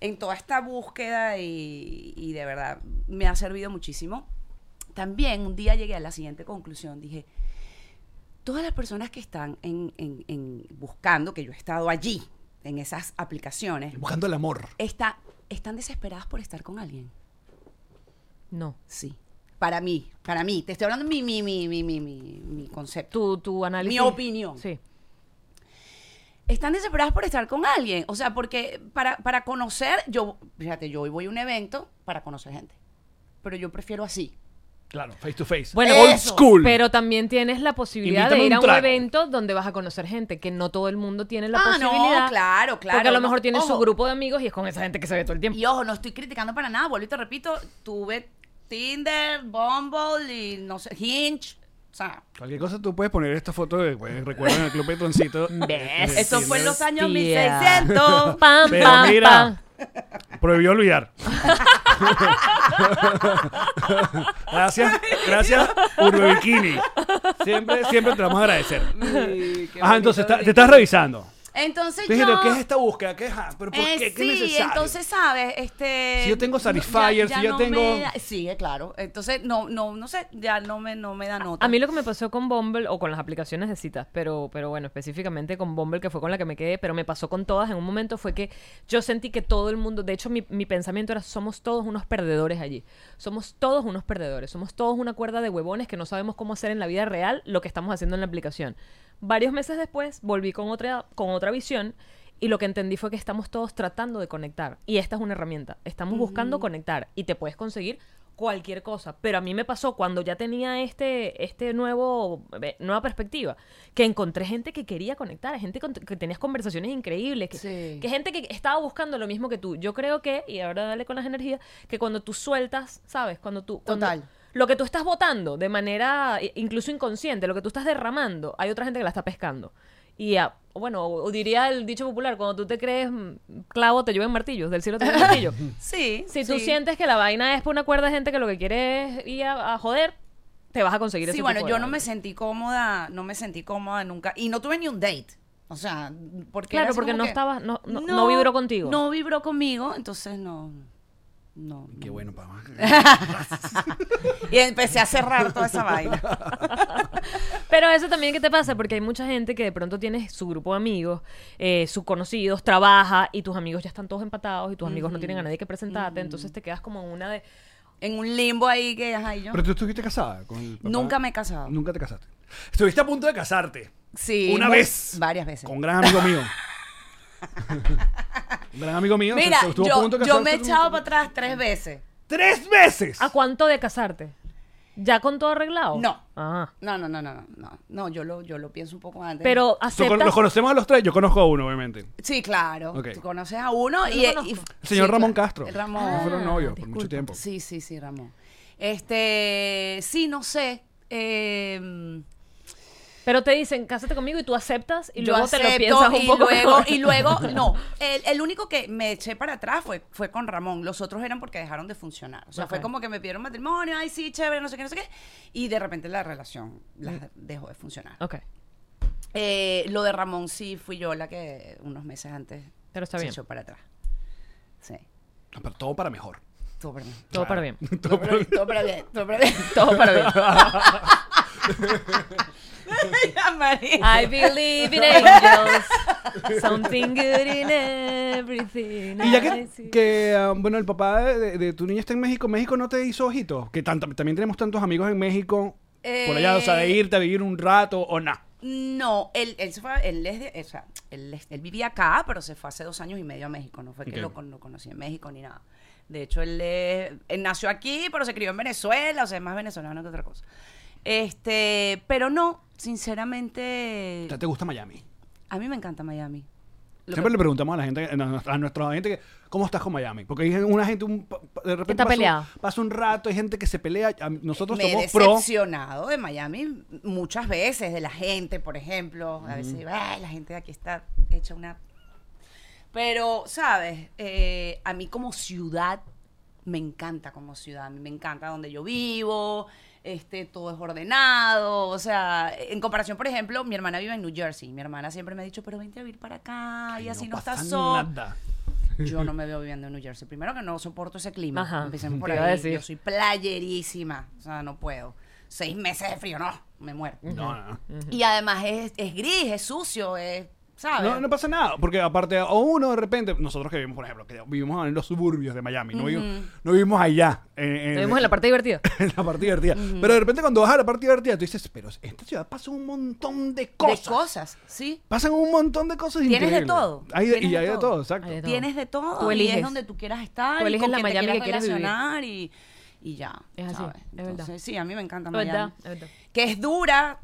Speaker 4: En toda esta búsqueda y, y de verdad me ha servido muchísimo. También un día llegué a la siguiente conclusión. Dije, todas las personas que están en, en- en buscando, que yo he estado allí, en esas aplicaciones,
Speaker 3: Buscando el amor.
Speaker 4: está, están desesperadas por estar con alguien.
Speaker 2: No.
Speaker 4: Sí. Para mí, para mí. Te estoy hablando mi, mi, mi, mi, mi, mi mi concepto.
Speaker 2: Tu, tu análisis.
Speaker 4: Mi opinión.
Speaker 2: Sí.
Speaker 4: están desesperadas por estar con alguien. O sea, porque para, para conocer, yo, fíjate, yo hoy voy a un evento para conocer gente. Pero yo prefiero así.
Speaker 3: Claro, face to face.
Speaker 2: Bueno,
Speaker 3: old
Speaker 4: eso.
Speaker 3: school.
Speaker 2: Pero también tienes la posibilidad
Speaker 3: Invítame
Speaker 2: de ir
Speaker 3: un
Speaker 2: a un
Speaker 3: trago.
Speaker 2: evento donde vas a conocer gente, que no todo el mundo tiene la
Speaker 4: Ah, no,
Speaker 2: posibilidad.
Speaker 4: claro, claro,
Speaker 2: Porque a lo
Speaker 4: no,
Speaker 2: mejor tiene su
Speaker 4: ojo.
Speaker 2: grupo de amigos y es con esa gente que se ve todo el tiempo.
Speaker 4: Y ojo, no estoy criticando para nada, vuelvo y te repito, tuve Tinder, Bumble y no sé, Hinge. O sea,
Speaker 3: Cualquier cosa tú puedes poner esta foto de pues, recuerdo en el Club
Speaker 4: [LAUGHS]
Speaker 3: Petroncito. Este,
Speaker 2: ¿Ves?
Speaker 4: eso fue en los años
Speaker 2: Bestia.
Speaker 4: 1600.
Speaker 2: Pam,
Speaker 3: Pero
Speaker 2: pam,
Speaker 3: mira.
Speaker 2: pam.
Speaker 3: Prohibió olvidar. [LAUGHS] gracias, gracias, Urbe Bikini. Siempre, siempre te vamos a agradecer. Ajá, entonces está- te estás revisando.
Speaker 4: Entonces
Speaker 3: Tú dijiste,
Speaker 4: yo...
Speaker 3: ¿qué es esta búsqueda? ¿Qué es? ah, ¿Pero por
Speaker 4: Eh,
Speaker 3: qué? ¿Qué es
Speaker 4: sí,
Speaker 3: necesario?
Speaker 4: entonces, ¿sabes? Este,
Speaker 3: Si yo tengo
Speaker 4: no, ya-
Speaker 3: Satisfyer, si yo
Speaker 4: no
Speaker 3: tengo-
Speaker 4: me da- sí, eh, claro. Entonces, no, no, no sé, ya no me, no me da nota.
Speaker 2: A mí lo que me pasó con Bumble o con las aplicaciones de citas, pero, pero bueno, específicamente con Bumble, que fue con la que me quedé, pero me pasó con todas en un momento, fue que yo sentí que todo el mundo, de hecho mi, mi pensamiento era, somos todos unos perdedores allí, somos todos unos perdedores, somos todos una cuerda de huevones que no sabemos cómo hacer en la vida real lo que estamos haciendo en la aplicación. Varios meses después volví con otra, con otra visión. Y lo que entendí fue que estamos todos tratando de conectar. Y esta es una herramienta. Estamos buscando conectar. Y te puedes conseguir cualquier cosa. Pero a mí me pasó cuando ya tenía este, este nuevo, eh, nueva perspectiva, que encontré gente que quería conectar, gente con- que tenías conversaciones increíbles, que,
Speaker 4: Sí.
Speaker 2: que gente que estaba buscando lo mismo que tú. Yo creo que, y ahora dale con las energías, que cuando tú sueltas, ¿sabes? Cuando tú... cuando-
Speaker 4: Total.
Speaker 2: Lo que tú estás votando de manera eh, incluso inconsciente, lo que tú estás derramando, hay otra gente que la está pescando. Y ah, bueno, o- o diría el dicho popular, cuando tú te crees mm, clavo, te llueven martillos, del cielo te llueven
Speaker 4: [LAUGHS]
Speaker 2: martillos.
Speaker 4: Sí,
Speaker 2: Si tú
Speaker 4: sí.
Speaker 2: sientes que la vaina es por una cuerda de gente que lo que quiere es ir a, a joder, te vas a conseguir ese
Speaker 4: Sí, bueno,
Speaker 2: tipo de
Speaker 4: yo no
Speaker 2: vaina.
Speaker 4: me sentí cómoda, no me sentí cómoda nunca. Y no tuve ni un date. O sea, porque.
Speaker 2: Claro,
Speaker 4: era así
Speaker 2: porque
Speaker 4: como
Speaker 2: no
Speaker 4: que,
Speaker 2: estabas- no- no- no vibró contigo.
Speaker 4: No vibró conmigo, entonces no. No.
Speaker 3: Qué bueno, papá.
Speaker 4: Y empecé a cerrar toda esa vaina.
Speaker 2: Pero eso también, ¿qué te pasa? Porque hay mucha gente que de pronto tiene su grupo de amigos, eh, sus conocidos, trabaja y tus amigos ya están todos empatados y tus amigos no tienen a nadie que presentarte, entonces te quedas como en una de...
Speaker 4: En un limbo ahí que, ajá, y yo.
Speaker 3: Pero tú estuviste casada con el papá.
Speaker 4: Nunca me he casado.
Speaker 3: Nunca te casaste. Estuviste a punto de casarte.
Speaker 4: Sí,
Speaker 3: Una
Speaker 4: mu-
Speaker 3: vez.
Speaker 4: varias veces.
Speaker 3: Con un gran amigo
Speaker 4: [LAUGHS]
Speaker 3: mío. un gran amigo mío.
Speaker 4: Mira,
Speaker 3: se- estuvo a
Speaker 4: yo,
Speaker 3: punto de
Speaker 4: yo me he
Speaker 3: casarse con-
Speaker 4: echado para atrás tres veces.
Speaker 3: ¡Tres veces!
Speaker 2: ¿A cuánto de casarte? ¿Ya con todo arreglado?
Speaker 4: No.
Speaker 2: Ah.
Speaker 4: No, no, no, no, no, no. No, yo lo, yo lo pienso un poco antes.
Speaker 2: Pero
Speaker 3: Tú con-
Speaker 2: aceptas...
Speaker 3: Los conocemos a los tres. Yo conozco a uno, obviamente.
Speaker 4: Sí, claro.
Speaker 3: Ok.
Speaker 4: Tú conoces a uno y...
Speaker 2: conozco.
Speaker 4: y-
Speaker 3: El señor
Speaker 4: sí,
Speaker 3: Ramón
Speaker 4: claro.
Speaker 3: Castro. Ah,
Speaker 4: Ramón. Ah,
Speaker 3: Fueron novios por mucho
Speaker 2: disculpa.
Speaker 3: tiempo.
Speaker 4: Sí, sí, sí, Ramón. Este, sí, no sé. eh,
Speaker 2: Pero te dicen, cásate conmigo y tú aceptas y
Speaker 4: yo
Speaker 2: luego
Speaker 4: acepto
Speaker 2: te lo piensas un
Speaker 4: y
Speaker 2: poco.
Speaker 4: luego,
Speaker 2: mejor.
Speaker 4: y luego, no. El, el único que me eché para atrás fue, fue con Ramón. Los otros eran porque dejaron de funcionar. O sea, fue
Speaker 2: Ok.
Speaker 4: como que me pidieron matrimonio, ay, sí, chévere, no sé qué, no sé qué. Y de repente la relación la dejó de funcionar.
Speaker 2: [LAUGHS] Ok,
Speaker 4: Eh, lo de Ramón sí fui yo la que unos meses antes
Speaker 2: Pero está
Speaker 4: se
Speaker 2: bien.
Speaker 4: echó para atrás. Sí.
Speaker 3: Pero todo para mejor.
Speaker 4: Todo para mí.
Speaker 2: todo para
Speaker 3: [LAUGHS]
Speaker 2: bien.
Speaker 4: Todo para bien, todo para bien, todo para bien.
Speaker 2: Todo para bien.
Speaker 4: María.
Speaker 2: I believe in angels. Something good in everything.
Speaker 3: Y ya
Speaker 2: I
Speaker 3: que,
Speaker 2: see.
Speaker 3: que, ah, bueno, el papá de, de- de tu niña está en México, ¿México no te hizo ojitos? Que tanto- también tenemos tantos amigos en México, por allá, o sea, de
Speaker 4: Eh.
Speaker 3: irte a vivir un rato o nada.
Speaker 4: No, él, él se fue, él, es de- o sea, él, es- él vivía acá, pero se fue hace dos años y medio a México. No fue que
Speaker 3: Ok.
Speaker 4: lo, con- lo conocí en México ni nada. De hecho, él, eh, él nació aquí, pero se crió en Venezuela, o sea, es más venezolano que otra cosa. Este, pero no, sinceramente,
Speaker 3: ¿Te gusta Miami?
Speaker 4: a mí me encanta Miami. Lo
Speaker 3: Siempre
Speaker 4: que-
Speaker 3: le preguntamos a la gente, a nos- a nuestra gente, que, ¿cómo estás con Miami? Porque hay una gente, un, pa- pa- de repente
Speaker 2: está
Speaker 3: pasa,
Speaker 2: peleado.
Speaker 3: Un, pasa un rato, hay gente que se pelea. A- Nosotros
Speaker 4: me he
Speaker 3: somos pro.
Speaker 4: decepcionado de Miami muchas veces, de la gente, por ejemplo. A veces, digo, "Ay, la gente de aquí está hecha una... Pero, ¿sabes? Eh, a mí como ciudad, me encanta como ciudad. A mí me encanta donde yo vivo, este, todo es ordenado. O sea, en comparación, por ejemplo, mi hermana vive en New Jersey. Mi hermana siempre me ha dicho, pero vente a vivir para acá
Speaker 3: Ay,
Speaker 4: y así no,
Speaker 3: pasa
Speaker 4: estás sola.
Speaker 3: nada.
Speaker 4: Yo no me veo viviendo en New Jersey. Primero que no soporto ese clima.
Speaker 2: Ajá,
Speaker 4: Empecemos por
Speaker 2: te iba a
Speaker 4: ahí.
Speaker 2: decir.
Speaker 4: Yo soy playerísima. O sea, no puedo. Seis meses de frío, no, me muero.
Speaker 3: No, no, no.
Speaker 4: Y además es, es gris, es sucio, es. ¿Sabes?
Speaker 3: No, no pasa nada, porque aparte, o uno de repente, nosotros que vivimos, por ejemplo, que vivimos en los suburbios de Miami, no, vivimos, no vivimos allá. en- en-
Speaker 2: Nos vemos en la parte divertida.
Speaker 3: [LAUGHS] en la parte divertida. Pero de repente cuando vas a la parte divertida, tú dices, pero esta ciudad pasa un montón de cosas.
Speaker 4: De cosas, ¿sí?
Speaker 3: Pasan un montón de cosas
Speaker 4: Tienes de
Speaker 3: increíbles.
Speaker 4: todo.
Speaker 3: Hay de-
Speaker 4: Tienes
Speaker 3: y
Speaker 4: de
Speaker 3: hay de
Speaker 4: todo.
Speaker 3: todo, exacto.
Speaker 2: Hay de todo.
Speaker 4: Tienes de todo.
Speaker 2: Tú
Speaker 4: Y
Speaker 2: eliges.
Speaker 4: es donde tú quieras estar.
Speaker 2: Tú
Speaker 4: y
Speaker 2: eliges
Speaker 4: con
Speaker 2: la
Speaker 4: quien te
Speaker 2: Miami que quieres vivir.
Speaker 4: relacionar y, y ya.
Speaker 2: Es así,
Speaker 4: ¿sabes?
Speaker 2: es verdad.
Speaker 4: Entonces, sí, a mí me encanta
Speaker 2: Es
Speaker 4: Miami.
Speaker 2: verdad, es verdad.
Speaker 4: que es dura.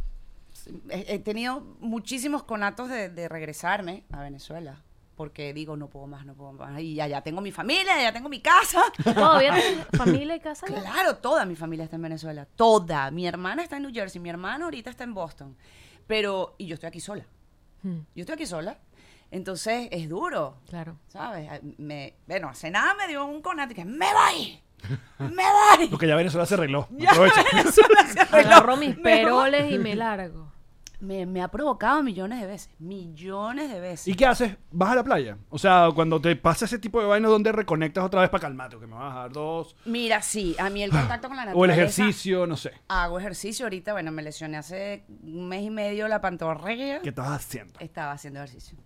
Speaker 4: He he tenido muchísimos conatos de, de regresarme a Venezuela. Porque digo, no puedo más, no puedo más. Y allá tengo mi familia, allá tengo
Speaker 2: [LAUGHS]
Speaker 4: mi casa.
Speaker 2: Todavía tienes familia y casa. ya?
Speaker 4: Claro, toda mi familia está en Venezuela. Toda. Mi hermana está en New Jersey, mi hermano ahorita está en Boston. Pero, y yo estoy aquí sola.
Speaker 2: Hmm.
Speaker 4: Yo estoy aquí sola. Entonces es duro.
Speaker 2: Claro.
Speaker 4: ¿Sabes? A- Me, bueno, hace nada me dio un conato y que me voy. Me
Speaker 3: [LAUGHS]
Speaker 4: voy. [LAUGHS]
Speaker 3: Porque ya Venezuela se arregló. Aprovecha.
Speaker 2: Agarro mis peroles y me largo.
Speaker 4: Me, me ha provocado millones de veces. Millones de veces.
Speaker 3: ¿Y qué haces? ¿Vas a la playa? O sea, cuando te pasa ese tipo de vainas, ¿dónde reconectas otra vez para calmarte? Que me vas a dar dos.
Speaker 4: Mira, sí, a mí el contacto con la naturaleza.
Speaker 3: O el ejercicio, no sé.
Speaker 4: Hago ejercicio ahorita. Bueno, me lesioné hace un mes y medio la pantorrilla.
Speaker 3: ¿Qué estás
Speaker 4: [LAUGHS]
Speaker 3: haciendo?
Speaker 4: Estaba haciendo ejercicio.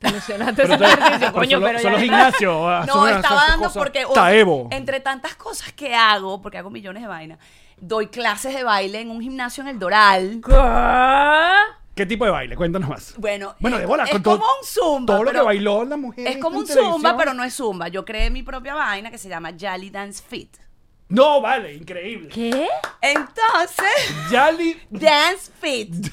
Speaker 2: Te emocionaste ese
Speaker 3: tú-
Speaker 2: ejercicio,
Speaker 3: pero
Speaker 2: coño,
Speaker 3: solo-
Speaker 2: pero ya
Speaker 3: solo
Speaker 2: le-
Speaker 4: [LAUGHS]
Speaker 3: gimnasio, ah,
Speaker 4: No,
Speaker 3: son esas
Speaker 4: estaba dando
Speaker 3: cosas.
Speaker 4: porque o-
Speaker 3: Está Evo.
Speaker 4: entre tantas cosas que hago, porque hago millones de vainas, doy clases de baile en un gimnasio en el Doral.
Speaker 2: ¿Qué?
Speaker 3: ¿Qué tipo de baile? Cuéntanos más.
Speaker 4: Bueno,
Speaker 3: Bueno,
Speaker 4: es-
Speaker 3: Débora,
Speaker 4: es
Speaker 3: con todo-
Speaker 4: como un zumba,
Speaker 3: Todo lo que
Speaker 4: pero-
Speaker 3: bailó la mujer.
Speaker 4: Es como
Speaker 3: en
Speaker 4: un
Speaker 3: televisión.
Speaker 4: zumba, pero no es zumba. Yo creé mi propia vaina que se llama Jolly Dance Fit.
Speaker 3: No, vale, increíble.
Speaker 2: [LAUGHS]
Speaker 4: Entonces,
Speaker 3: Yali.
Speaker 4: Dance Fit.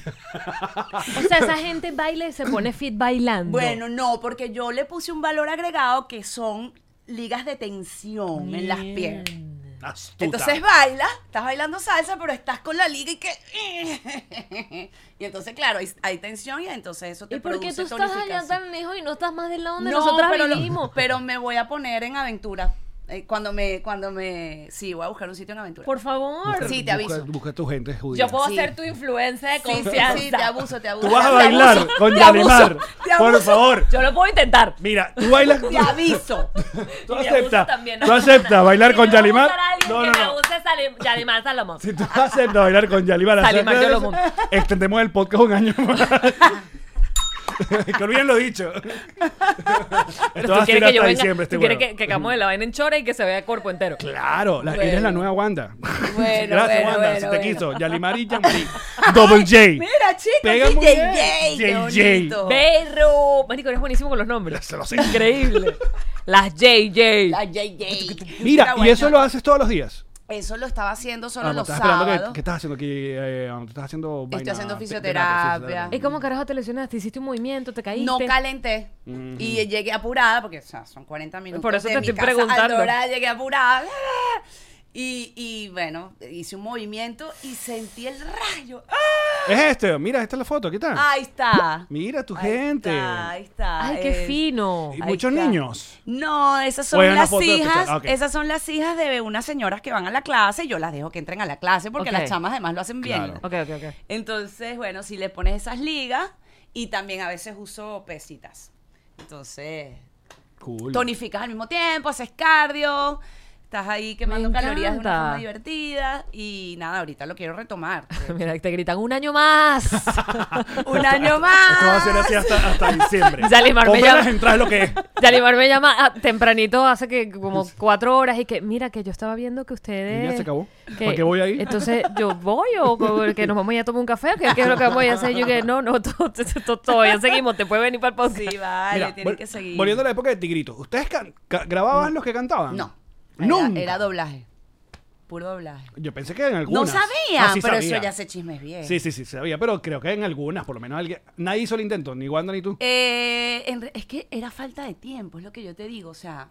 Speaker 2: O sea, esa gente baila y se pone fit bailando.
Speaker 4: Bueno, no, porque yo le puse un valor agregado que son ligas de tensión en las piernas.
Speaker 3: Astuta.
Speaker 4: Entonces baila, estás bailando salsa, pero estás con la liga y que... [LAUGHS] y entonces, claro, hay, hay tensión y entonces eso te
Speaker 2: ¿Y por qué tú
Speaker 4: produce
Speaker 2: estás allá
Speaker 4: tonificación.
Speaker 2: tan lejos y no estás más del lado donde
Speaker 4: No,
Speaker 2: nosotras
Speaker 4: pero, lo-
Speaker 2: vivimos?
Speaker 4: pero me voy a poner en aventura. Eh, cuando me, cuando me, sí, voy a buscar un sitio en aventura.
Speaker 2: Por favor.
Speaker 3: Busca-
Speaker 4: Sí, te
Speaker 3: busca-
Speaker 4: aviso.
Speaker 3: Busca tu gente judía.
Speaker 2: Yo puedo
Speaker 4: Sí.
Speaker 2: ser tu influencia de
Speaker 4: Sí, sí,
Speaker 2: confianza.
Speaker 4: sí, te abuso, te abuso.
Speaker 3: Tú vas a
Speaker 4: [LAUGHS] Te
Speaker 3: bailar
Speaker 4: abuso,
Speaker 3: con
Speaker 4: te
Speaker 3: Yalimar.
Speaker 4: abuso, te
Speaker 3: Por
Speaker 4: abuso,
Speaker 3: favor.
Speaker 2: Yo lo puedo intentar.
Speaker 3: Mira, tú
Speaker 4: [LAUGHS]
Speaker 3: bailas.
Speaker 4: Te aviso.
Speaker 3: Tú
Speaker 2: Y me gusta
Speaker 3: aceptas.
Speaker 2: también,
Speaker 3: Tú
Speaker 4: [LAUGHS]
Speaker 3: aceptas bailar
Speaker 2: Si
Speaker 3: con
Speaker 2: me va a
Speaker 3: Yalimar.
Speaker 2: gustar alguien
Speaker 3: No,
Speaker 2: que
Speaker 3: no,
Speaker 2: me
Speaker 3: no.
Speaker 2: guste Salim- Yalimar Salomón.
Speaker 3: Si tú aceptas bailar
Speaker 2: [LAUGHS]
Speaker 3: con Yalimar,
Speaker 2: Yalimar
Speaker 3: aceptas
Speaker 2: Yolomón.
Speaker 3: eso, [LAUGHS] extendemos el podcast un año más. [LAUGHS] que olviden lo dicho. [LAUGHS]
Speaker 2: Pero
Speaker 3: Esto va a ser hasta diciembre, este
Speaker 2: tú quieres
Speaker 3: huevo.
Speaker 2: que, que acabemos de la vaina en chora y que se vea el cuerpo entero.
Speaker 3: Claro, la-
Speaker 4: Bueno.
Speaker 3: eres la nueva Wanda.
Speaker 4: Bueno,
Speaker 3: Gracias,
Speaker 4: bueno,
Speaker 3: Wanda.
Speaker 4: bueno,
Speaker 3: se te
Speaker 4: bueno.
Speaker 3: quiso. Yalimar
Speaker 4: [LAUGHS]
Speaker 3: y Yamari. Double J.
Speaker 4: Mira, chicos,
Speaker 3: Pega
Speaker 4: sí,
Speaker 3: muy
Speaker 4: JJ,
Speaker 3: bien.
Speaker 4: qué
Speaker 3: JJ.
Speaker 4: bonito.
Speaker 2: Berro. Marico, eres buenísimo con los nombres.
Speaker 3: Se lo [LAUGHS] sé.
Speaker 2: Increíble. Las JJ.
Speaker 4: La JJ.
Speaker 3: Mira,
Speaker 4: Pero
Speaker 3: y
Speaker 4: bueno,
Speaker 3: eso lo haces todos los días.
Speaker 4: Eso lo estaba haciendo solo
Speaker 3: Ah, no,
Speaker 4: los
Speaker 3: estás esperando que-
Speaker 4: sábados.
Speaker 3: ¿Qué estás haciendo aquí? Eh, ah, estás haciendo vaina-
Speaker 4: haciendo
Speaker 3: te-
Speaker 4: fisioterapia.
Speaker 2: ¿Y cómo carajo te lesionaste? ¿Hiciste un movimiento? ¿Te caíste?
Speaker 4: No calenté. Y llegué apurada, porque o sea, son 40 minutos.
Speaker 2: Por eso
Speaker 4: de
Speaker 2: te
Speaker 4: mi
Speaker 2: estoy
Speaker 4: casa a
Speaker 2: preguntando.
Speaker 4: Andorra, llegué apurada. Y, y bueno, hice un movimiento y sentí el rayo. ¡Ah!
Speaker 3: Es este, mira, esta es la foto, aquí está.
Speaker 4: Ahí está.
Speaker 3: Mira tu
Speaker 4: Ahí
Speaker 3: gente.
Speaker 4: está, ahí está.
Speaker 2: Ay, qué
Speaker 4: Es-
Speaker 2: fino.
Speaker 3: Y
Speaker 4: Ahí
Speaker 3: muchos
Speaker 4: está.
Speaker 3: niños.
Speaker 4: No, esas son
Speaker 3: O es una
Speaker 4: las
Speaker 3: foto especial.
Speaker 4: hijas,
Speaker 3: Ah, ok.
Speaker 4: esas son las hijas de unas señoras que van a la clase y yo las dejo que entren a la clase porque
Speaker 2: Ok.
Speaker 4: las chamas además lo hacen bien.
Speaker 3: Claro.
Speaker 2: Ok, ok, ok.
Speaker 4: Entonces, bueno, si le pones esas ligas y también a veces uso pesitas. Entonces,
Speaker 3: Cool.
Speaker 4: tonificas al mismo tiempo, haces cardio, estás ahí quemando calorías de una
Speaker 2: encanta.
Speaker 4: forma divertida y nada, ahorita lo quiero
Speaker 2: [LAUGHS]
Speaker 4: retomar.
Speaker 2: Mira, te gritan un año más.
Speaker 3: [LAUGHS]
Speaker 4: Un año
Speaker 3: Esto va a ser
Speaker 4: más.
Speaker 3: así hasta, hasta
Speaker 4: [LAUGHS]
Speaker 3: diciembre.
Speaker 2: Yalimar, me
Speaker 3: Compra
Speaker 2: llama.
Speaker 3: las entradas lo que es.
Speaker 2: Yalimar me llama ah, tempranito, hace que como cuatro horas y que, mira, que yo estaba viendo que ustedes...
Speaker 3: Y ya se acabó.
Speaker 2: que-
Speaker 3: ¿Para qué voy ahí?
Speaker 2: Entonces, ¿yo voy
Speaker 3: [LAUGHS]
Speaker 2: o co- que nos vamos a ir a tomar un café? ¿Qué, qué es lo que vamos a ir a hacer? Yo que, no, [LAUGHS] no, to- to- to- todavía seguimos, te puedes venir para el podcast.
Speaker 4: Sí, vale,
Speaker 3: Mira,
Speaker 4: tienen
Speaker 3: vol-
Speaker 4: que seguir.
Speaker 3: Volviendo a la época de Tigrito, ¿ustedes can- ca- grababan los que cantaban?
Speaker 4: No. Era,
Speaker 3: Nunca.
Speaker 4: era doblaje. Puro doblaje.
Speaker 3: Yo pensé que en algunas.
Speaker 4: No sabía,
Speaker 3: Ah, sí
Speaker 4: pero
Speaker 3: sabía.
Speaker 4: eso ya se chismes bien.
Speaker 3: Sí, sí, sí, sabía, pero creo que en algunas, por lo menos alguien. Nadie hizo el intento, ni Wanda ni tú.
Speaker 4: Eh, en re- es que era falta de tiempo, es lo que yo te digo. O sea,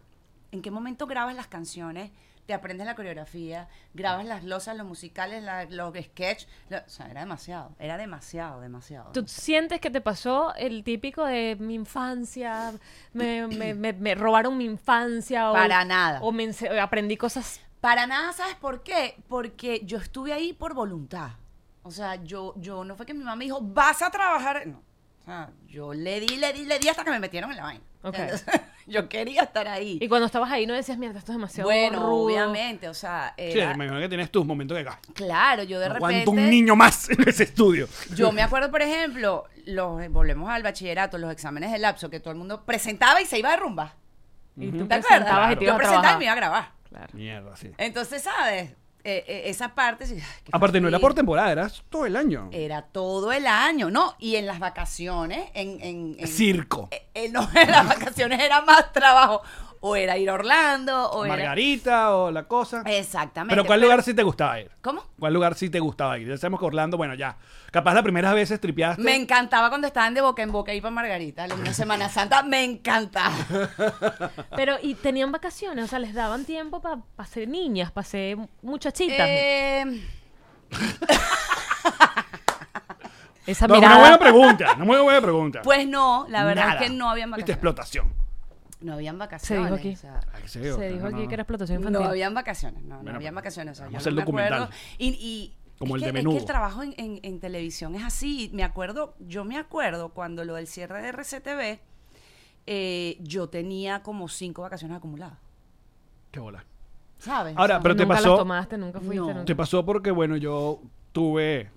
Speaker 4: ¿en qué momento grabas las canciones? Te aprendes la coreografía, grabas las losas, los musicales, la- los sketch. lo- o sea, era demasiado, era demasiado, demasiado.
Speaker 2: ¿Tú sientes que te pasó el típico de mi infancia, me, me- me- me robaron mi infancia?
Speaker 4: Para
Speaker 2: o,
Speaker 4: nada.
Speaker 2: O me ense- aprendí cosas...
Speaker 4: Para nada, ¿sabes por qué? Porque yo estuve ahí por voluntad. O sea, yo, yo no fue que mi mamá me dijo, vas a trabajar. No. O sea, yo le di, le di, le di hasta que me metieron en la vaina. [LAUGHS]
Speaker 2: Ok.
Speaker 4: Entonces, yo quería estar ahí.
Speaker 2: Y cuando estabas ahí no decías, mierda, esto es demasiado
Speaker 4: bueno,
Speaker 2: rudo.
Speaker 4: obviamente, o sea,
Speaker 3: Sí,
Speaker 4: era-
Speaker 3: me imagino que tienes tus momentos que. ah,
Speaker 4: claro, yo de
Speaker 3: no
Speaker 4: repente...
Speaker 3: aguanto un niño más [LAUGHS] en ese estudio.
Speaker 4: Yo me acuerdo, por ejemplo, los, eh, volvemos al bachillerato, los exámenes de lapso que todo el mundo presentaba y se iba de rumba.
Speaker 2: Y
Speaker 4: ¿Te
Speaker 2: tú
Speaker 4: acuerdas?
Speaker 2: presentabas y te ibas
Speaker 4: Yo
Speaker 2: a
Speaker 4: presentaba y
Speaker 2: trabajar.
Speaker 4: me iba a grabar.
Speaker 2: Claro.
Speaker 3: Mierda, sí.
Speaker 4: Entonces, ¿sabes? Eh, eh, esa parte. sí, ay, qué
Speaker 3: Aparte, no era
Speaker 4: fastidio.
Speaker 3: por temporada, era todo el año.
Speaker 4: Era todo el año, ¿no? Y en las vacaciones, en. en, en-
Speaker 3: Circo.
Speaker 4: eh, eh, no, [LAUGHS] en las vacaciones era más trabajo. O era ir a Orlando, o era. Eh,
Speaker 3: Margarita o la cosa.
Speaker 4: Exactamente.
Speaker 3: Pero ¿cuál lugar sí te gustaba ir?
Speaker 4: ¿Cómo?
Speaker 3: ¿Cuál lugar sí te gustaba ir? Ya sabemos que Orlando, bueno, ya. Capaz las primeras veces tripeaste.
Speaker 4: Me encantaba cuando estaban de boca en boca ahí para Margarita, en una Semana Santa, me
Speaker 3: [LAUGHS]
Speaker 4: encantaba.
Speaker 2: Pero, ¿y tenían vacaciones? O sea, les daban tiempo para ser niñas, para ser muchachitas.
Speaker 4: Eh,
Speaker 2: Esa
Speaker 3: No,
Speaker 2: mirada.
Speaker 3: Una buena pregunta, una muy buena pregunta.
Speaker 4: [LAUGHS] Pues no, la verdad
Speaker 3: Nada.
Speaker 4: es que no habían
Speaker 3: Viste,
Speaker 4: vacaciones.
Speaker 3: explotación.
Speaker 4: No habían
Speaker 2: Se
Speaker 4: vacaciones.
Speaker 2: dijo aquí.
Speaker 4: o sea,
Speaker 3: Ay, qué
Speaker 2: Se
Speaker 3: feo,
Speaker 2: dijo
Speaker 3: no,
Speaker 2: aquí
Speaker 3: no,
Speaker 2: que era
Speaker 3: no.
Speaker 2: explotación infantil.
Speaker 4: no habían vacaciones, no, no
Speaker 3: Bueno,
Speaker 4: habían vacaciones. O sea, yo
Speaker 3: vamos
Speaker 4: no
Speaker 3: a hacer
Speaker 4: me
Speaker 3: documental.
Speaker 4: acuerdo. Y, y
Speaker 3: Como
Speaker 4: es
Speaker 3: el de
Speaker 4: que, es que
Speaker 3: menudo.
Speaker 4: el trabajo en, en- en televisión es así. Me acuerdo, yo me acuerdo cuando lo del cierre de RCTV, eh, yo tenía como cinco vacaciones acumuladas.
Speaker 3: Qué bola.
Speaker 4: ¿Sabes? O
Speaker 3: Ahora,
Speaker 4: sea,
Speaker 3: pero te
Speaker 2: nunca
Speaker 3: pasó.
Speaker 2: las tomaste, nunca fuiste.
Speaker 4: No.
Speaker 2: nunca-
Speaker 3: Te pasó porque, bueno, yo tuve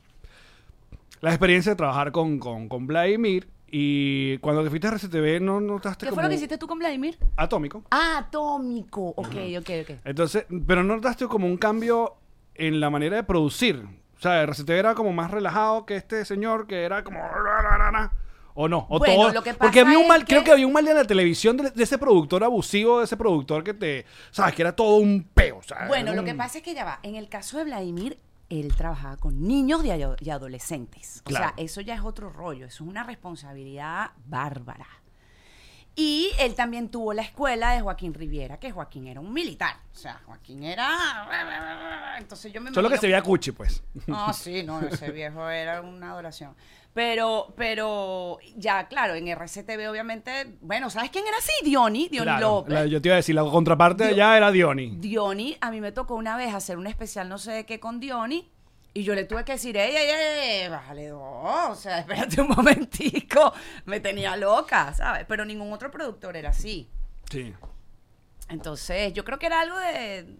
Speaker 3: la experiencia de trabajar con, con, con Vladimir y cuando te fuiste a RCTV no notaste este
Speaker 4: ¿Qué
Speaker 3: como
Speaker 4: fue lo que hiciste tú con Vladimir?
Speaker 3: atómico.
Speaker 4: Ah, atómico. Ok, ok, ok.
Speaker 3: Entonces, pero no notaste como un cambio en la manera de producir. O sea, RCTV era como más relajado que este señor que era como... O no, o
Speaker 4: Bueno,
Speaker 3: todo.
Speaker 4: lo que
Speaker 3: porque
Speaker 4: pasa
Speaker 3: había un
Speaker 4: es
Speaker 3: mal, creo
Speaker 4: que-
Speaker 3: que había un mal de la televisión de, de ese productor abusivo, de ese productor que te, sabes, que era todo un peo, mm, ¿sabes?
Speaker 4: Bueno, lo
Speaker 3: Un-
Speaker 4: que pasa es que ya va. En el caso de Vladimir, él trabajaba con niños y ado- y adolescentes. O
Speaker 3: Claro.
Speaker 4: sea, eso ya es otro rollo. Eso es una responsabilidad bárbara. Y él también tuvo la escuela de Joaquín Riviera, que Joaquín era un militar. O sea, Joaquín era... Entonces yo me
Speaker 3: Solo que
Speaker 4: imagino
Speaker 3: se
Speaker 4: [LAUGHS]
Speaker 3: veía cuchi, pues.
Speaker 4: no, sí, no, ese viejo era una adoración. Pero, pero, ya, claro, en RCTV, obviamente, bueno, ¿sabes quién era así? Diony, Diony
Speaker 3: Claro,
Speaker 4: López.
Speaker 3: la- yo te iba a decir, la contraparte
Speaker 4: Dio-
Speaker 3: allá era Diony.
Speaker 4: Diony, a mí me tocó una vez hacer un especial no sé de qué con Diony. Y yo le tuve que decir, ey, ey, ey, ey, bájale dos, o sea, [LAUGHS] espérate un momentico, me tenía loca, ¿sabes? Pero ningún otro productor era así.
Speaker 3: Sí.
Speaker 4: Entonces, yo creo que era algo de,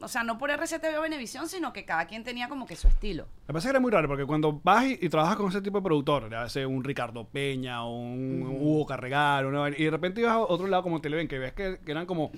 Speaker 4: o sea, no por RCTV o Venevisión, sino que cada quien tenía como que su estilo.
Speaker 3: Me parece que era muy raro porque cuando vas y, y trabajas con ese tipo de productor, a veces un Ricardo Peña, un Hugo Carregal, una vaina, y de repente ibas a otro lado como Televen, que ves que, que eran como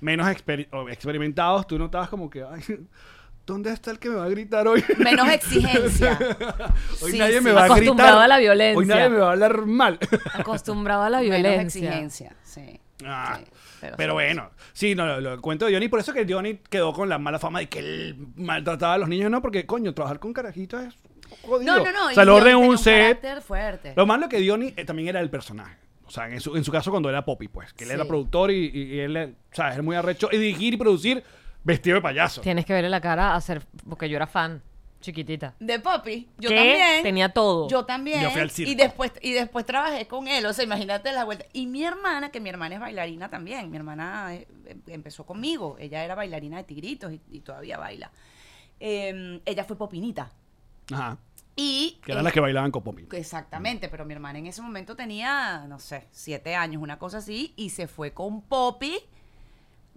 Speaker 3: menos exper- o experimentados, tú notabas como que, ay, [LAUGHS] ¿dónde está el que me va a gritar
Speaker 4: [LAUGHS]
Speaker 3: hoy?
Speaker 2: [LAUGHS]
Speaker 4: Menos exigencia.
Speaker 3: [LAUGHS] hoy
Speaker 4: Sí,
Speaker 3: nadie me
Speaker 4: sí.
Speaker 3: va a gritar.
Speaker 2: Acostumbrado a la
Speaker 3: Hoy
Speaker 2: violencia.
Speaker 3: nadie me va a hablar mal.
Speaker 2: Acostumbrado a la
Speaker 4: Menos
Speaker 2: violencia.
Speaker 4: exigencia, sí.
Speaker 3: [LAUGHS] Ah,
Speaker 4: Sí,
Speaker 3: pero
Speaker 4: sabroso.
Speaker 3: bueno, sí, no, lo, lo cuento de Johnny. Por eso que Johnny quedó con la mala fama de que él maltrataba a los niños, no, porque coño, trabajar con carajitos es jodido.
Speaker 4: No, no, no.
Speaker 3: O
Speaker 4: y
Speaker 3: sea, lo
Speaker 4: Diony
Speaker 3: orden
Speaker 4: tenía
Speaker 3: un set.
Speaker 4: carácter fuerte.
Speaker 3: Lo malo es que Johnny eh, también era el personaje. O sea, en su, en su caso cuando era Poppy, pues, que él era
Speaker 4: Sí.
Speaker 3: productor y, y- y él, eh, ¿sabes? Es muy arrecho. Y dirigir y producir vestido de payaso.
Speaker 2: Tienes que verle la cara a hacer. Porque yo era fan, chiquitita.
Speaker 4: De Poppy. Yo
Speaker 2: ¿Qué?
Speaker 4: también.
Speaker 2: Tenía todo.
Speaker 4: Yo también.
Speaker 3: Yo fui al circo.
Speaker 4: Y después, y después trabajé con él. O sea, imagínate la vuelta. Y mi hermana, que mi hermana es bailarina también. Mi hermana eh, em- empezó conmigo. Ella era bailarina de tigritos y, y todavía baila. Eh, ella fue popinita.
Speaker 3: Ajá.
Speaker 4: Y.
Speaker 3: Que eran
Speaker 4: eh,
Speaker 3: las que bailaban con Poppy.
Speaker 4: Exactamente, pero mi hermana en ese momento tenía, no sé, siete años, una cosa así, y se fue con Poppy.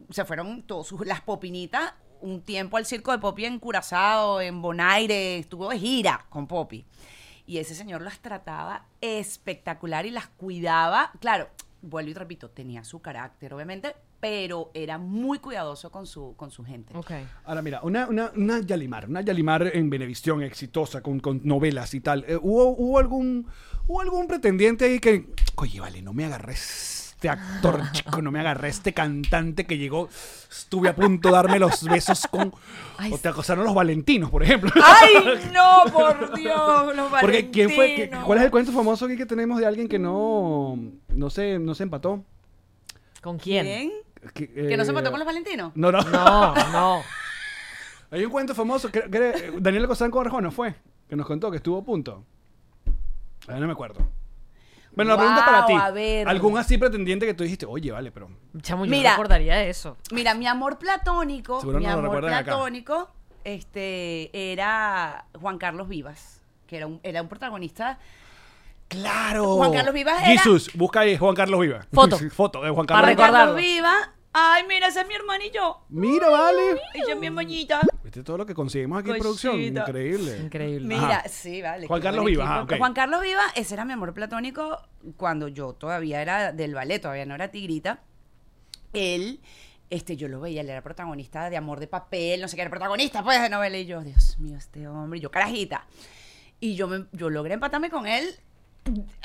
Speaker 4: Se fueron todas sus, las popinitas un tiempo al circo de Poppy en Curazao, en Bonaire, estuvo de gira con Poppy. Y ese señor las trataba espectacular y las cuidaba. Claro, vuelvo y repito, tenía su carácter, obviamente, pero era muy cuidadoso con su, con su gente.
Speaker 2: Ok.
Speaker 3: Ahora mira, una, una, una Yalimar, una Yalimar en Benevisión exitosa, con, con novelas y tal. Eh, ¿hubo, hubo, algún, ¿Hubo algún pretendiente ahí que, oye, vale, no me agarré este actor, chico, no me agarré este cantante que llegó, estuve a punto de darme los besos con...
Speaker 2: Ay,
Speaker 3: o te acosaron los Valentinos, por ejemplo.
Speaker 4: ¡Ay, no,
Speaker 3: [LAUGHS]
Speaker 4: por Dios! Los
Speaker 3: Porque quién fue, qué-
Speaker 4: Valentinos.
Speaker 3: ¿cuál es el cuento famoso aquí que tenemos de alguien que no, no se, no se empató?
Speaker 2: ¿Con quién?
Speaker 4: ¿Quién?
Speaker 3: Que,
Speaker 4: ¿Que no se
Speaker 3: eh,
Speaker 4: mató con los Valentinos?
Speaker 3: No, no.
Speaker 2: No, no.
Speaker 3: [LAUGHS] Hay un cuento famoso que, que era- eh, Daniel Cosán Arjona fue, que nos contó que estuvo a punto. Ah, no me acuerdo. Bueno, la pregunta es para
Speaker 4: Guau,
Speaker 3: ti.
Speaker 4: a ver.
Speaker 3: ¿Algún así pretendiente que tú dijiste, oye, vale, pero.
Speaker 2: Chamo, yo
Speaker 4: Mira.
Speaker 2: no recordaría eso.
Speaker 4: Mira, mi amor platónico,
Speaker 3: Seguro
Speaker 4: mi
Speaker 3: no lo
Speaker 4: amor
Speaker 3: recuerdan acá.
Speaker 4: platónico, este, era Juan Carlos Vivas, que era un, era un protagonista.
Speaker 3: ¡Claro!
Speaker 4: Juan Carlos Vivas era-
Speaker 3: Jesús, busca ahí Juan Carlos Vivas.
Speaker 2: Foto.
Speaker 3: [LAUGHS] Foto de Juan
Speaker 2: Para
Speaker 3: Carlos
Speaker 2: recordar. recordarlo.
Speaker 3: Vivas.
Speaker 4: Carlos Vivas. Ay, mira, ese es mi hermano y yo.
Speaker 3: Mira, vale.
Speaker 4: Ella es mi hermanita.
Speaker 3: ¿Viste todo lo que conseguimos aquí en producción?
Speaker 4: Cosita.
Speaker 3: Increíble.
Speaker 2: Increíble.
Speaker 4: Mira,
Speaker 3: Ajá.
Speaker 4: sí, vale.
Speaker 3: Juan
Speaker 4: qué
Speaker 3: Carlos
Speaker 4: buen
Speaker 3: Vivas,
Speaker 4: equipo.
Speaker 3: ah, ok.
Speaker 4: Juan Carlos Vivas, ese era mi amor platónico cuando yo todavía era del ballet, todavía no era tigrita. Él, este, yo lo veía, él era protagonista de Amor de Papel, no sé qué, era protagonista pues de novela. Y yo, Dios mío, este hombre, yo carajita. Y yo, me, yo logré empatarme con él.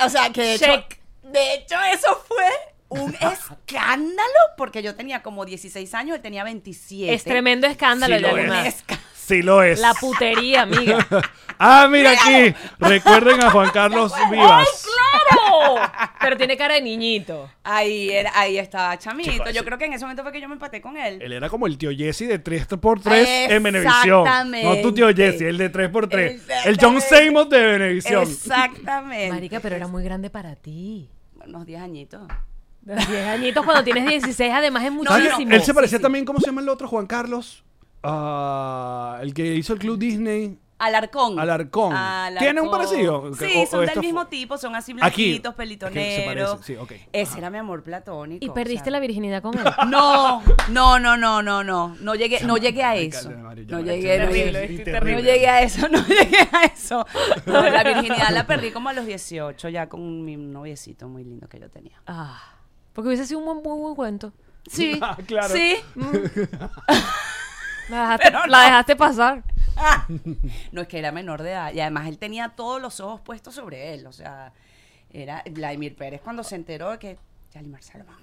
Speaker 4: O sea, que de hecho,
Speaker 2: Check.
Speaker 4: de hecho eso fue
Speaker 3: [LAUGHS]
Speaker 4: un escándalo porque yo tenía como 16 años, él tenía 27.
Speaker 2: Es tremendo escándalo
Speaker 3: Sí
Speaker 2: el de
Speaker 3: lo es.
Speaker 2: Alemán.
Speaker 4: Esca-
Speaker 3: Sí lo es.
Speaker 2: La putería, amiga.
Speaker 4: [LAUGHS]
Speaker 3: [LAUGHS] Ah, mira aquí. Recuerden a Juan Carlos Vivas.
Speaker 2: ¡Claro! Pero tiene cara de niñito.
Speaker 4: Ahí, era, ahí estaba Chamito.
Speaker 3: Chico, ese-
Speaker 4: yo creo que en ese momento fue que yo me empaté con él.
Speaker 3: Él era como el tío Jesse de 3x3 en Benevisión. No tu tío Jesse, el de 3x3. El John
Speaker 4: Exactamente.
Speaker 3: Seymour de Benevisión.
Speaker 4: Exactamente.
Speaker 2: Marica, pero era muy grande para [LAUGHS] ti.
Speaker 4: Unos 10 añitos.
Speaker 2: 10 añitos cuando tienes 16, además es
Speaker 4: No, no,
Speaker 2: muchísimo.
Speaker 4: no.
Speaker 3: Ah, Él se
Speaker 4: Sí,
Speaker 3: parecía
Speaker 4: sí.
Speaker 3: también, ¿cómo se llama el otro? Juan Carlos. Ah, el que hizo el Club Disney.
Speaker 4: Alarcón.
Speaker 3: Alarcón. ¿Tiene un parecido?
Speaker 4: Sí,
Speaker 3: O-
Speaker 4: son
Speaker 3: o
Speaker 4: del
Speaker 3: esto
Speaker 4: mismo
Speaker 3: fu-
Speaker 4: tipo, son así
Speaker 3: Aquí.
Speaker 4: blanquitos,
Speaker 3: Es que se
Speaker 4: pelitoneros.
Speaker 3: parece, sí, ok.
Speaker 4: Ese
Speaker 3: Ajá.
Speaker 4: era mi amor platónico.
Speaker 2: Y
Speaker 4: o
Speaker 2: perdiste
Speaker 4: sea.
Speaker 2: la virginidad
Speaker 3: [LAUGHS]
Speaker 2: con él.
Speaker 4: No, no, no, no, no, no. No llegué, no llegué a
Speaker 3: Marica,
Speaker 4: eso.
Speaker 3: de Mario, ya
Speaker 4: No
Speaker 3: me
Speaker 4: llegué, no
Speaker 3: cansé.
Speaker 4: llegué.
Speaker 3: Terrible,
Speaker 4: no
Speaker 3: terrible.
Speaker 4: llegué a eso, [LAUGHS] no llegué a eso. No, la virginidad la perdí como a los 18 ya con mi noviecito muy lindo que yo tenía.
Speaker 2: Ah, porque hubiese sido un buen, muy buen cuento. Mm.
Speaker 4: Sí,
Speaker 3: [LAUGHS] Ah, claro.
Speaker 4: sí.
Speaker 2: [LAUGHS] La dejaste,
Speaker 4: Pero no.
Speaker 2: la dejaste pasar.
Speaker 4: No, es que era menor de edad. Y además él tenía todos los ojos puestos sobre él. O sea, era Vladimir Pérez cuando se enteró de que Yalimar Salomón,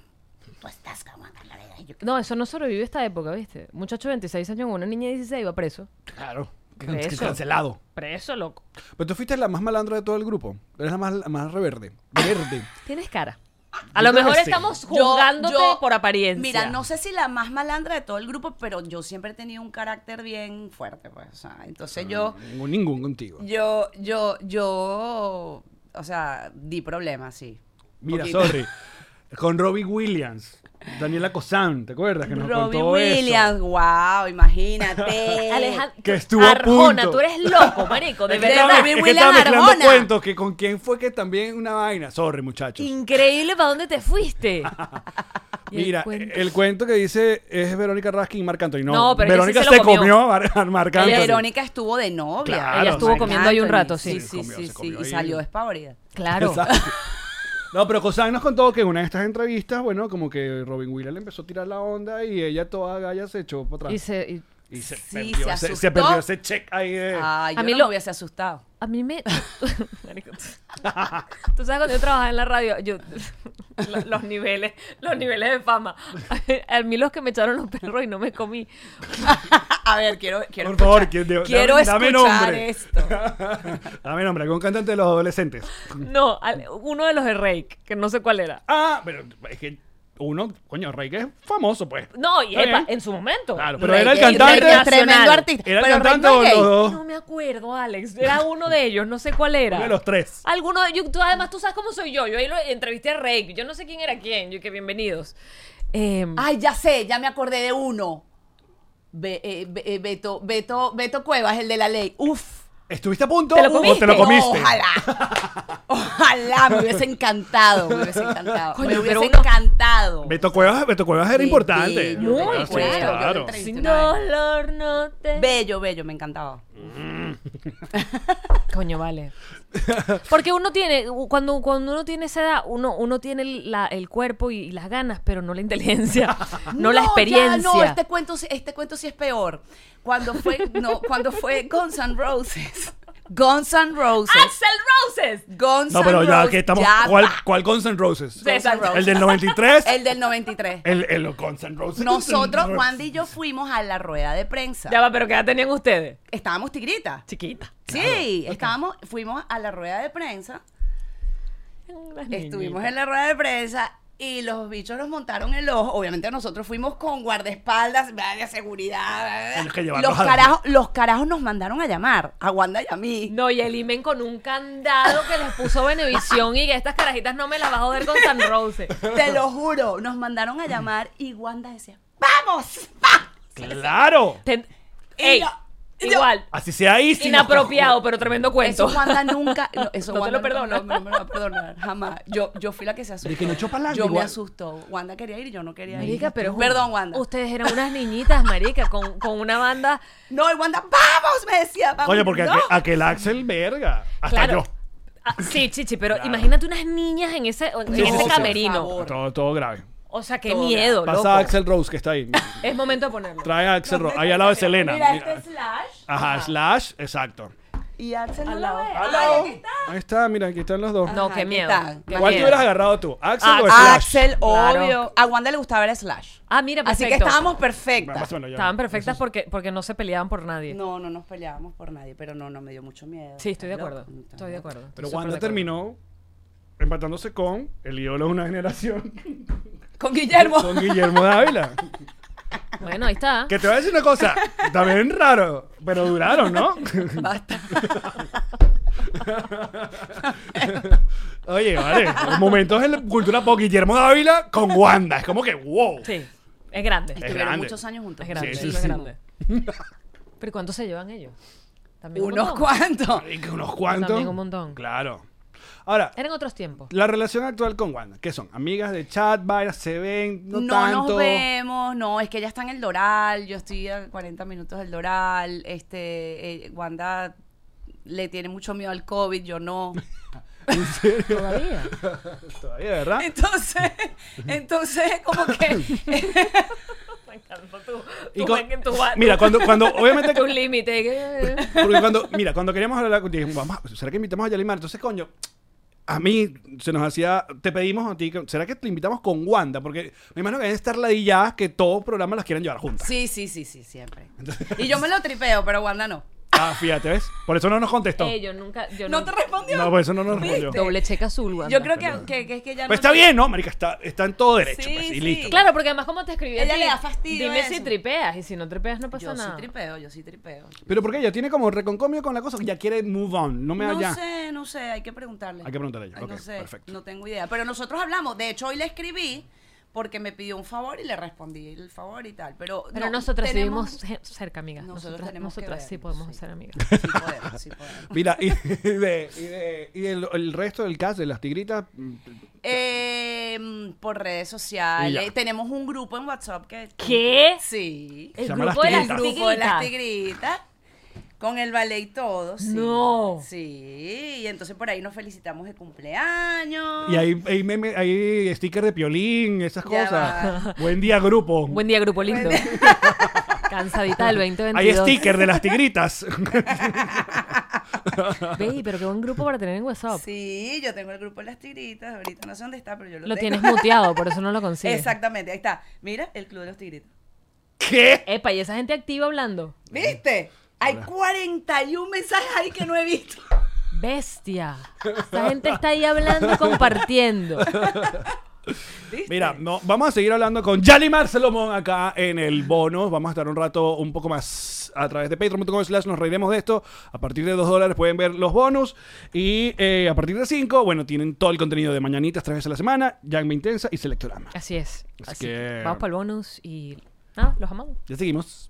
Speaker 4: tú estás con Juan Carlos Vega". Y yo,
Speaker 2: No, eso no sobrevive esta época, ¿viste? Muchacho de 26 años, una niña de 16 iba preso.
Speaker 3: Claro.
Speaker 2: Preso.
Speaker 3: Cancelado.
Speaker 2: Preso, loco.
Speaker 3: Pero tú fuiste la más malandra de todo el grupo. Eres la más, la más reverde. Verde.
Speaker 2: Tienes cara. A
Speaker 3: Yo
Speaker 2: lo
Speaker 3: creo
Speaker 2: mejor
Speaker 3: que sí.
Speaker 2: estamos
Speaker 4: Yo-
Speaker 2: juzgándote
Speaker 4: yo-
Speaker 2: por apariencia.
Speaker 4: Mira, no sé si la más malandra de todo el grupo, pero yo siempre he tenido un carácter bien fuerte, pues. O sea, entonces yo,
Speaker 3: Ningún, ningún contigo.
Speaker 4: yo, yo, yo, o sea, di problemas, sí.
Speaker 3: Mira,
Speaker 4: Poquito.
Speaker 3: sorry. Con Robbie Williams. Daniela Cosán, ¿te acuerdas? Que nos
Speaker 4: Robbie
Speaker 3: contó
Speaker 4: Williams, wow, imagínate.
Speaker 2: [LAUGHS] Alejandro,
Speaker 3: Que estuvo a
Speaker 2: Arjona,
Speaker 3: punto.
Speaker 2: tú eres loco, marico, de
Speaker 3: [LAUGHS] eso.
Speaker 4: Es que
Speaker 2: verdad.
Speaker 4: Robbie
Speaker 3: es que
Speaker 4: Williams
Speaker 3: estaba mezclando
Speaker 4: Arjona.
Speaker 3: cuentos que con quién fue que también una vaina. Sorry, muchachos.
Speaker 2: Increíble para dónde te
Speaker 3: [LAUGHS]
Speaker 2: fuiste. Y el
Speaker 3: Mira, eh, el
Speaker 2: cuento-
Speaker 3: cuento. que dice es Verónica Raskin y Marc Anthony. No,
Speaker 2: No, pero es que
Speaker 3: Verónica
Speaker 2: sí se lo
Speaker 3: se comió,
Speaker 2: comió
Speaker 3: a Mar- a Marc Anthony.
Speaker 4: Verónica estuvo de novia.
Speaker 3: Claro, Ella estuvo
Speaker 4: Marc
Speaker 2: comiendo ahí un
Speaker 4: Anthony.
Speaker 2: rato, sí.
Speaker 3: Se
Speaker 4: Sí, sí,
Speaker 3: comió,
Speaker 4: sí,
Speaker 3: se
Speaker 4: sí,
Speaker 3: comió
Speaker 4: Y
Speaker 3: ahí.
Speaker 4: salió despavorida.
Speaker 2: Claro.
Speaker 3: Exacto. No, pero Cosán nos contó que en una de estas entrevistas, bueno, como que Robin Williams le empezó a tirar la onda y ella toda galla se echó para atrás.
Speaker 2: Y se- y-
Speaker 3: Y se,
Speaker 4: Sí,
Speaker 3: perdió,
Speaker 4: se
Speaker 3: ese- se,
Speaker 4: asustó. Ah,
Speaker 3: perdió ese check ahí de...
Speaker 4: Ay, yo
Speaker 2: A mí
Speaker 4: no
Speaker 2: lo-
Speaker 4: me hubiese asustado.
Speaker 2: a mí
Speaker 3: [LAUGHS]
Speaker 2: me... Marico, tú- Tú sabes cuando yo trabajaba en la radio, yo [LAUGHS] lo- los niveles, los niveles de fama. [LAUGHS] A mí los que me echaron los perros y no me comí.
Speaker 4: [LAUGHS] A ver, quiero, quiero
Speaker 3: Por favor,
Speaker 4: escuchar,
Speaker 3: que- de-
Speaker 4: quiero
Speaker 3: dame- dame
Speaker 4: escuchar
Speaker 3: nombre.
Speaker 4: esto.
Speaker 3: [LAUGHS] Dame nombre, algún cantante de los adolescentes.
Speaker 2: No, al- uno de los de Rake, que no sé cuál era.
Speaker 3: Ah, pero es que uno, coño, Rey que es famoso, pues.
Speaker 2: No, y
Speaker 3: Está
Speaker 2: epa,
Speaker 3: bien.
Speaker 2: en su momento.
Speaker 3: Claro, pero era el
Speaker 4: Rey,
Speaker 3: cantante.
Speaker 4: Rey, tremendo artista.
Speaker 3: Era el
Speaker 4: Pero Rey
Speaker 3: cantante
Speaker 4: no
Speaker 3: o
Speaker 4: es gay.
Speaker 3: los dos.
Speaker 2: No me acuerdo, Alex. Era uno de ellos, no sé cuál era.
Speaker 3: Uno de los tres.
Speaker 2: Alguno de ellos. Tú, además, tú sabes cómo soy yo. Yo ahí lo entrevisté a Rake. Yo no sé quién era quién. Yo que bienvenidos. Eh,
Speaker 4: Ay, ya sé, ya me acordé de uno. Be- eh, Be- eh, Beto, Beto, Beto Cuevas, el de la ley. Uf.
Speaker 3: ¿Estuviste a punto
Speaker 2: ¿Te lo
Speaker 3: o
Speaker 2: comiste?
Speaker 3: te lo
Speaker 4: No,
Speaker 3: comiste?
Speaker 4: ojalá. Ojalá, me hubiese encantado. Me hubiese encantado.
Speaker 2: Coño,
Speaker 4: me hubiese
Speaker 2: pero uno-
Speaker 4: encantado.
Speaker 3: Beto Cuevas, Beto Cuevas era
Speaker 4: Sí,
Speaker 3: importante.
Speaker 4: sí,
Speaker 3: Beto
Speaker 4: muy
Speaker 3: Cuevas, sí,
Speaker 4: bueno, yo lo
Speaker 3: claro.
Speaker 4: entrevisté.
Speaker 2: Sin
Speaker 4: una vez.
Speaker 2: dolor no te.
Speaker 4: Bello, bello, me encantaba.
Speaker 2: Coño, vale. Porque uno tiene, cuando, cuando uno tiene esa edad, uno, uno tiene la- el cuerpo y, y las ganas, pero no la inteligencia, no, la
Speaker 4: ya,
Speaker 2: experiencia.
Speaker 4: no, este cuento, sí- este cuento sí es peor. Cuando fue, no, cuando fue Guns N' Roses. Guns N' Roses.
Speaker 2: ¡Axel Roses!
Speaker 4: Guns
Speaker 3: No, pero
Speaker 4: N'
Speaker 3: ya
Speaker 4: Roses,
Speaker 3: que estamos.
Speaker 4: ya
Speaker 3: ¿Cuál,
Speaker 4: va.
Speaker 3: cuál Guns N' Roses?
Speaker 4: Guns N' Roses.
Speaker 3: El del 93.
Speaker 4: [LAUGHS] El del 93.
Speaker 3: [LAUGHS] el, el Guns N' Roses.
Speaker 4: Nosotros, Wanda y yo fuimos a la rueda de prensa.
Speaker 2: Ya va, pero ¿qué edad tenían ustedes?
Speaker 4: Estábamos tigritas.
Speaker 2: Chiquita.
Speaker 4: Sí, estábamos, fuimos a la rueda de prensa.
Speaker 2: Las
Speaker 4: Estuvimos
Speaker 2: niñitas.
Speaker 4: en la rueda de prensa y los bichos nos montaron el ojo. Obviamente nosotros fuimos con guardaespaldas, ¿verdad? de seguridad. ¿verdad?
Speaker 3: Tienes que llevarlos
Speaker 4: los,
Speaker 3: a-
Speaker 4: carajos, los carajos nos mandaron a llamar, a Wanda y a mí.
Speaker 2: No, y el imen con un candado que les puso Benevisión y que estas carajitas no me las va a joder con San Rose.
Speaker 4: Te lo juro, nos mandaron a llamar y Wanda decía, ¡vamos! ¡Vamos!
Speaker 3: Claro.
Speaker 2: Ten-
Speaker 4: Y
Speaker 2: Ey,
Speaker 4: yo- yo-
Speaker 2: igual.
Speaker 3: Así sea
Speaker 4: [LAUGHS]
Speaker 3: ahí. sí,
Speaker 2: Inapropiado, pero tremendo cuento.
Speaker 4: Eso
Speaker 2: [LAUGHS]
Speaker 4: Wanda nunca, no,
Speaker 3: [LAUGHS]
Speaker 4: eso
Speaker 2: No te
Speaker 4: Wanda
Speaker 2: lo perdono.
Speaker 4: No, no me lo va a perdonar, jamás. Yo, yo fui la que se asustó.
Speaker 3: Pero que no echó pa'lante,
Speaker 4: yo me
Speaker 3: igual.
Speaker 4: asustó. Wanda quería ir y yo no quería ir.
Speaker 2: Marica, pero
Speaker 4: Perdón, Wanda.
Speaker 2: Ustedes eran unas niñitas, marica, con, con una banda.
Speaker 4: No, y Wanda, ¡vamos! Me decía,
Speaker 3: no.
Speaker 4: ¡vamos!
Speaker 3: Coño, porque
Speaker 4: no.
Speaker 3: aquel, aquel Axel, verga. Hasta
Speaker 2: Ah, claro.
Speaker 3: yo.
Speaker 2: Ah, sí, chichi, pero
Speaker 3: Claro.
Speaker 2: imagínate unas niñas en ese, en
Speaker 3: Sí, sí,
Speaker 2: ese
Speaker 3: sí.
Speaker 2: camerino.
Speaker 4: Por favor.
Speaker 3: Todo, todo grave.
Speaker 2: O sea, qué
Speaker 4: Todo.
Speaker 2: miedo,
Speaker 3: Pasa
Speaker 2: loco.
Speaker 3: a Axel Rose, que está ahí.
Speaker 2: Es momento de ponerlo.
Speaker 3: Trae a Axel Rose. Ahí al lado de Selena.
Speaker 4: Mira,
Speaker 3: Mira.
Speaker 4: este slash.
Speaker 3: Ajá, slash, exacto.
Speaker 4: Y Axel no
Speaker 2: Al
Speaker 4: la
Speaker 2: lado.
Speaker 4: ve.
Speaker 2: Al
Speaker 4: Ay,
Speaker 2: lado.
Speaker 4: aquí está.
Speaker 3: Ahí está, mira, aquí están los dos.
Speaker 2: No,
Speaker 4: Ajá,
Speaker 2: qué
Speaker 4: aquí
Speaker 2: miedo.
Speaker 4: está.
Speaker 2: Qué
Speaker 3: ¿Cuál te
Speaker 2: miedo. Ah,
Speaker 3: hubieras agarrado tú? ¿Axel o
Speaker 2: Axel.
Speaker 3: Pues Slash?
Speaker 4: Axel,
Speaker 2: Claro.
Speaker 4: obvio. A Wanda le gustaba el slash.
Speaker 2: Ah, mira,
Speaker 4: Así
Speaker 2: perfecto.
Speaker 4: que estábamos
Speaker 3: Bueno,
Speaker 4: perfectas.
Speaker 3: más o menos, ya.
Speaker 2: Estaban perfectas porque, porque no se peleaban por nadie.
Speaker 4: No, no nos peleábamos por nadie, pero no, no me dio mucho miedo.
Speaker 2: Sí, estoy de
Speaker 4: Loco,
Speaker 2: acuerdo.
Speaker 4: entonces,
Speaker 2: Estoy de acuerdo. estoy
Speaker 3: Pero
Speaker 2: súper de
Speaker 3: Wanda
Speaker 2: acuerdo.
Speaker 3: terminó empatándose con el ídolo de
Speaker 2: [LAUGHS]
Speaker 3: una generación,
Speaker 4: Con Guillermo.
Speaker 3: con Guillermo Dávila.
Speaker 2: Bueno, ahí está.
Speaker 3: Que te voy a decir una cosa, también raro, pero duraron, ¿no?
Speaker 4: [LAUGHS] Basta.
Speaker 3: [LAUGHS] Oye, vale, los momentos en la cultura pop, Guillermo Dávila con Wanda, es como que wow.
Speaker 2: Sí, es grande. Es
Speaker 4: Estuvieron
Speaker 3: grande.
Speaker 4: muchos años juntos.
Speaker 2: grande,
Speaker 3: Sí, sí,
Speaker 2: eso es
Speaker 3: sí.
Speaker 2: grande. Pero ¿y ¿cuánto se llevan ellos? También un
Speaker 4: Unos
Speaker 2: montón.
Speaker 4: cuantos.
Speaker 3: Y que unos cuantos.
Speaker 2: También un montón.
Speaker 3: Claro. Ahora,
Speaker 2: Eran otros
Speaker 4: [LAUGHS]
Speaker 2: tiempos.
Speaker 3: la relación actual con Wanda, ¿qué son? Amigas de chat, vainas, se ven, no,
Speaker 4: No,
Speaker 3: tanto.
Speaker 4: nos vemos, no, es que ella está en el Doral, yo estoy a 40 minutos del Doral, este, eh, Wanda le tiene mucho miedo al COVID, yo no. [LAUGHS]
Speaker 3: ¿En serio?
Speaker 2: Todavía.
Speaker 3: Todavía, ¿verdad?
Speaker 4: Entonces, entonces como que
Speaker 2: Me encanta tú.
Speaker 3: Y
Speaker 2: tú
Speaker 3: con-
Speaker 2: ven que tú vas-
Speaker 3: mira, cuando, cuando
Speaker 2: [LAUGHS]
Speaker 3: obviamente
Speaker 2: tu
Speaker 4: [LAUGHS]
Speaker 2: límite.
Speaker 3: Porque cuando, mira, cuando queríamos hablar contigo, dijimos, vamos, ¿será que invitamos a Yalimar? Entonces, coño, a mí se nos hacía, te pedimos a ti, que- ¿será que te invitamos con Wanda? Porque me imagino que deben estar ladilladas que todos programas las quieran llevar juntas.
Speaker 4: sí, sí, sí, sí, siempre. Y yo me lo tripeo, pero Wanda no.
Speaker 3: Ah, fíjate, ¿ves? Por eso no nos contestó.
Speaker 2: Eh, yo nunca. Yo
Speaker 4: No te
Speaker 2: nunca-
Speaker 4: respondió.
Speaker 3: No, por eso no nos
Speaker 4: ¿Viste?
Speaker 3: respondió.
Speaker 2: Doble checa azul, Wanda.
Speaker 4: Yo creo que, que- que es que ya
Speaker 3: Pues
Speaker 4: no-
Speaker 3: está bien, ¿no, marica? Está, está en todo derecho,
Speaker 4: Sí,
Speaker 3: pues, y
Speaker 4: sí.
Speaker 3: listo.
Speaker 2: Claro, porque además, como te escribí, a
Speaker 4: Ella
Speaker 2: ti,
Speaker 4: le da fastidio
Speaker 2: Dime
Speaker 4: eso.
Speaker 2: si tripeas y si no tripeas, no pasa
Speaker 4: Yo sí
Speaker 2: nada.
Speaker 4: tripeo, yo sí tripeo.
Speaker 3: Pero porque ella tiene como reconcomio con la cosa, ya quiere move on, no me
Speaker 4: No
Speaker 3: vaya.
Speaker 4: sé, no sé, hay que preguntarle.
Speaker 3: Hay que preguntarle a ella,
Speaker 4: Ay,
Speaker 3: ok,
Speaker 4: no sé,
Speaker 3: perfecto.
Speaker 4: no tengo idea. Pero nosotros hablamos, de hecho hoy le escribí porque me pidió un favor y le respondí el favor y tal. Pero,
Speaker 2: Pero
Speaker 4: no,
Speaker 2: nosotras
Speaker 4: tenemos-
Speaker 2: sí vivimos je- cerca, amigas.
Speaker 4: Nosotros
Speaker 2: Nosotras,
Speaker 4: tenemos que
Speaker 2: nosotras sí
Speaker 4: vernos,
Speaker 2: podemos
Speaker 4: sí.
Speaker 2: ser amigas.
Speaker 4: Sí podemos,
Speaker 2: [LAUGHS]
Speaker 4: sí podemos.
Speaker 3: Mira, y, [LAUGHS] y de, y, de- y el, el resto del cast de las tigritas, mm,
Speaker 4: Eh, por redes
Speaker 3: Y ya.
Speaker 4: sociales. Tenemos un grupo en WhatsApp que.
Speaker 2: ¿Qué?
Speaker 4: Sí.
Speaker 2: El
Speaker 3: llama
Speaker 2: grupo de
Speaker 3: Las
Speaker 2: las
Speaker 4: El
Speaker 3: Tigritas.
Speaker 4: grupo de las
Speaker 2: tigritas.
Speaker 4: tigritas. Con el ballet y todo. Sí.
Speaker 2: No.
Speaker 4: Sí. Y entonces por ahí nos felicitamos de cumpleaños.
Speaker 3: y hay, hay, meme- hay sticker de piolín, esas
Speaker 4: Ya
Speaker 3: cosas. Buen día, grupo.
Speaker 2: Buen día, grupo lindo. Cansadita del 2022.
Speaker 3: hay sticker de las tigritas. [LAUGHS]
Speaker 2: Baby, pero qué buen grupo para tener en WhatsApp.
Speaker 4: Sí, yo tengo el grupo de las tigritas. Ahorita no sé dónde está, pero yo lo,
Speaker 2: Lo
Speaker 4: tengo. [LAUGHS]
Speaker 2: tienes muteado, por eso no lo consigues.
Speaker 4: Exactamente, ahí está. Mira, el club de los tigritas.
Speaker 3: ¿Qué?
Speaker 2: Epa, y esa gente activa hablando.
Speaker 4: ¿Viste? Hay 41 mensajes ahí que no he visto.
Speaker 2: Bestia. Esa gente está ahí hablando, compartiendo.
Speaker 4: ¿Viste?
Speaker 3: Mira, no, vamos a seguir hablando con Yalimar Salomón acá en el bono. Vamos a estar un rato un poco más a través de patreon.com slash nos reiremos de esto. A partir de 2 dólares pueden ver los bonos. Y eh, a partir de 5, bueno, tienen todo el contenido de Mañanitas tres veces a la semana, Yang Intensa y Selectorama.
Speaker 2: Así es.
Speaker 3: Así
Speaker 2: Así,
Speaker 3: que-
Speaker 2: que... vamos para el bonus y nada, los amamos.
Speaker 3: Ya seguimos.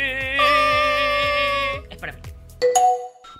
Speaker 2: ti. Es para mí.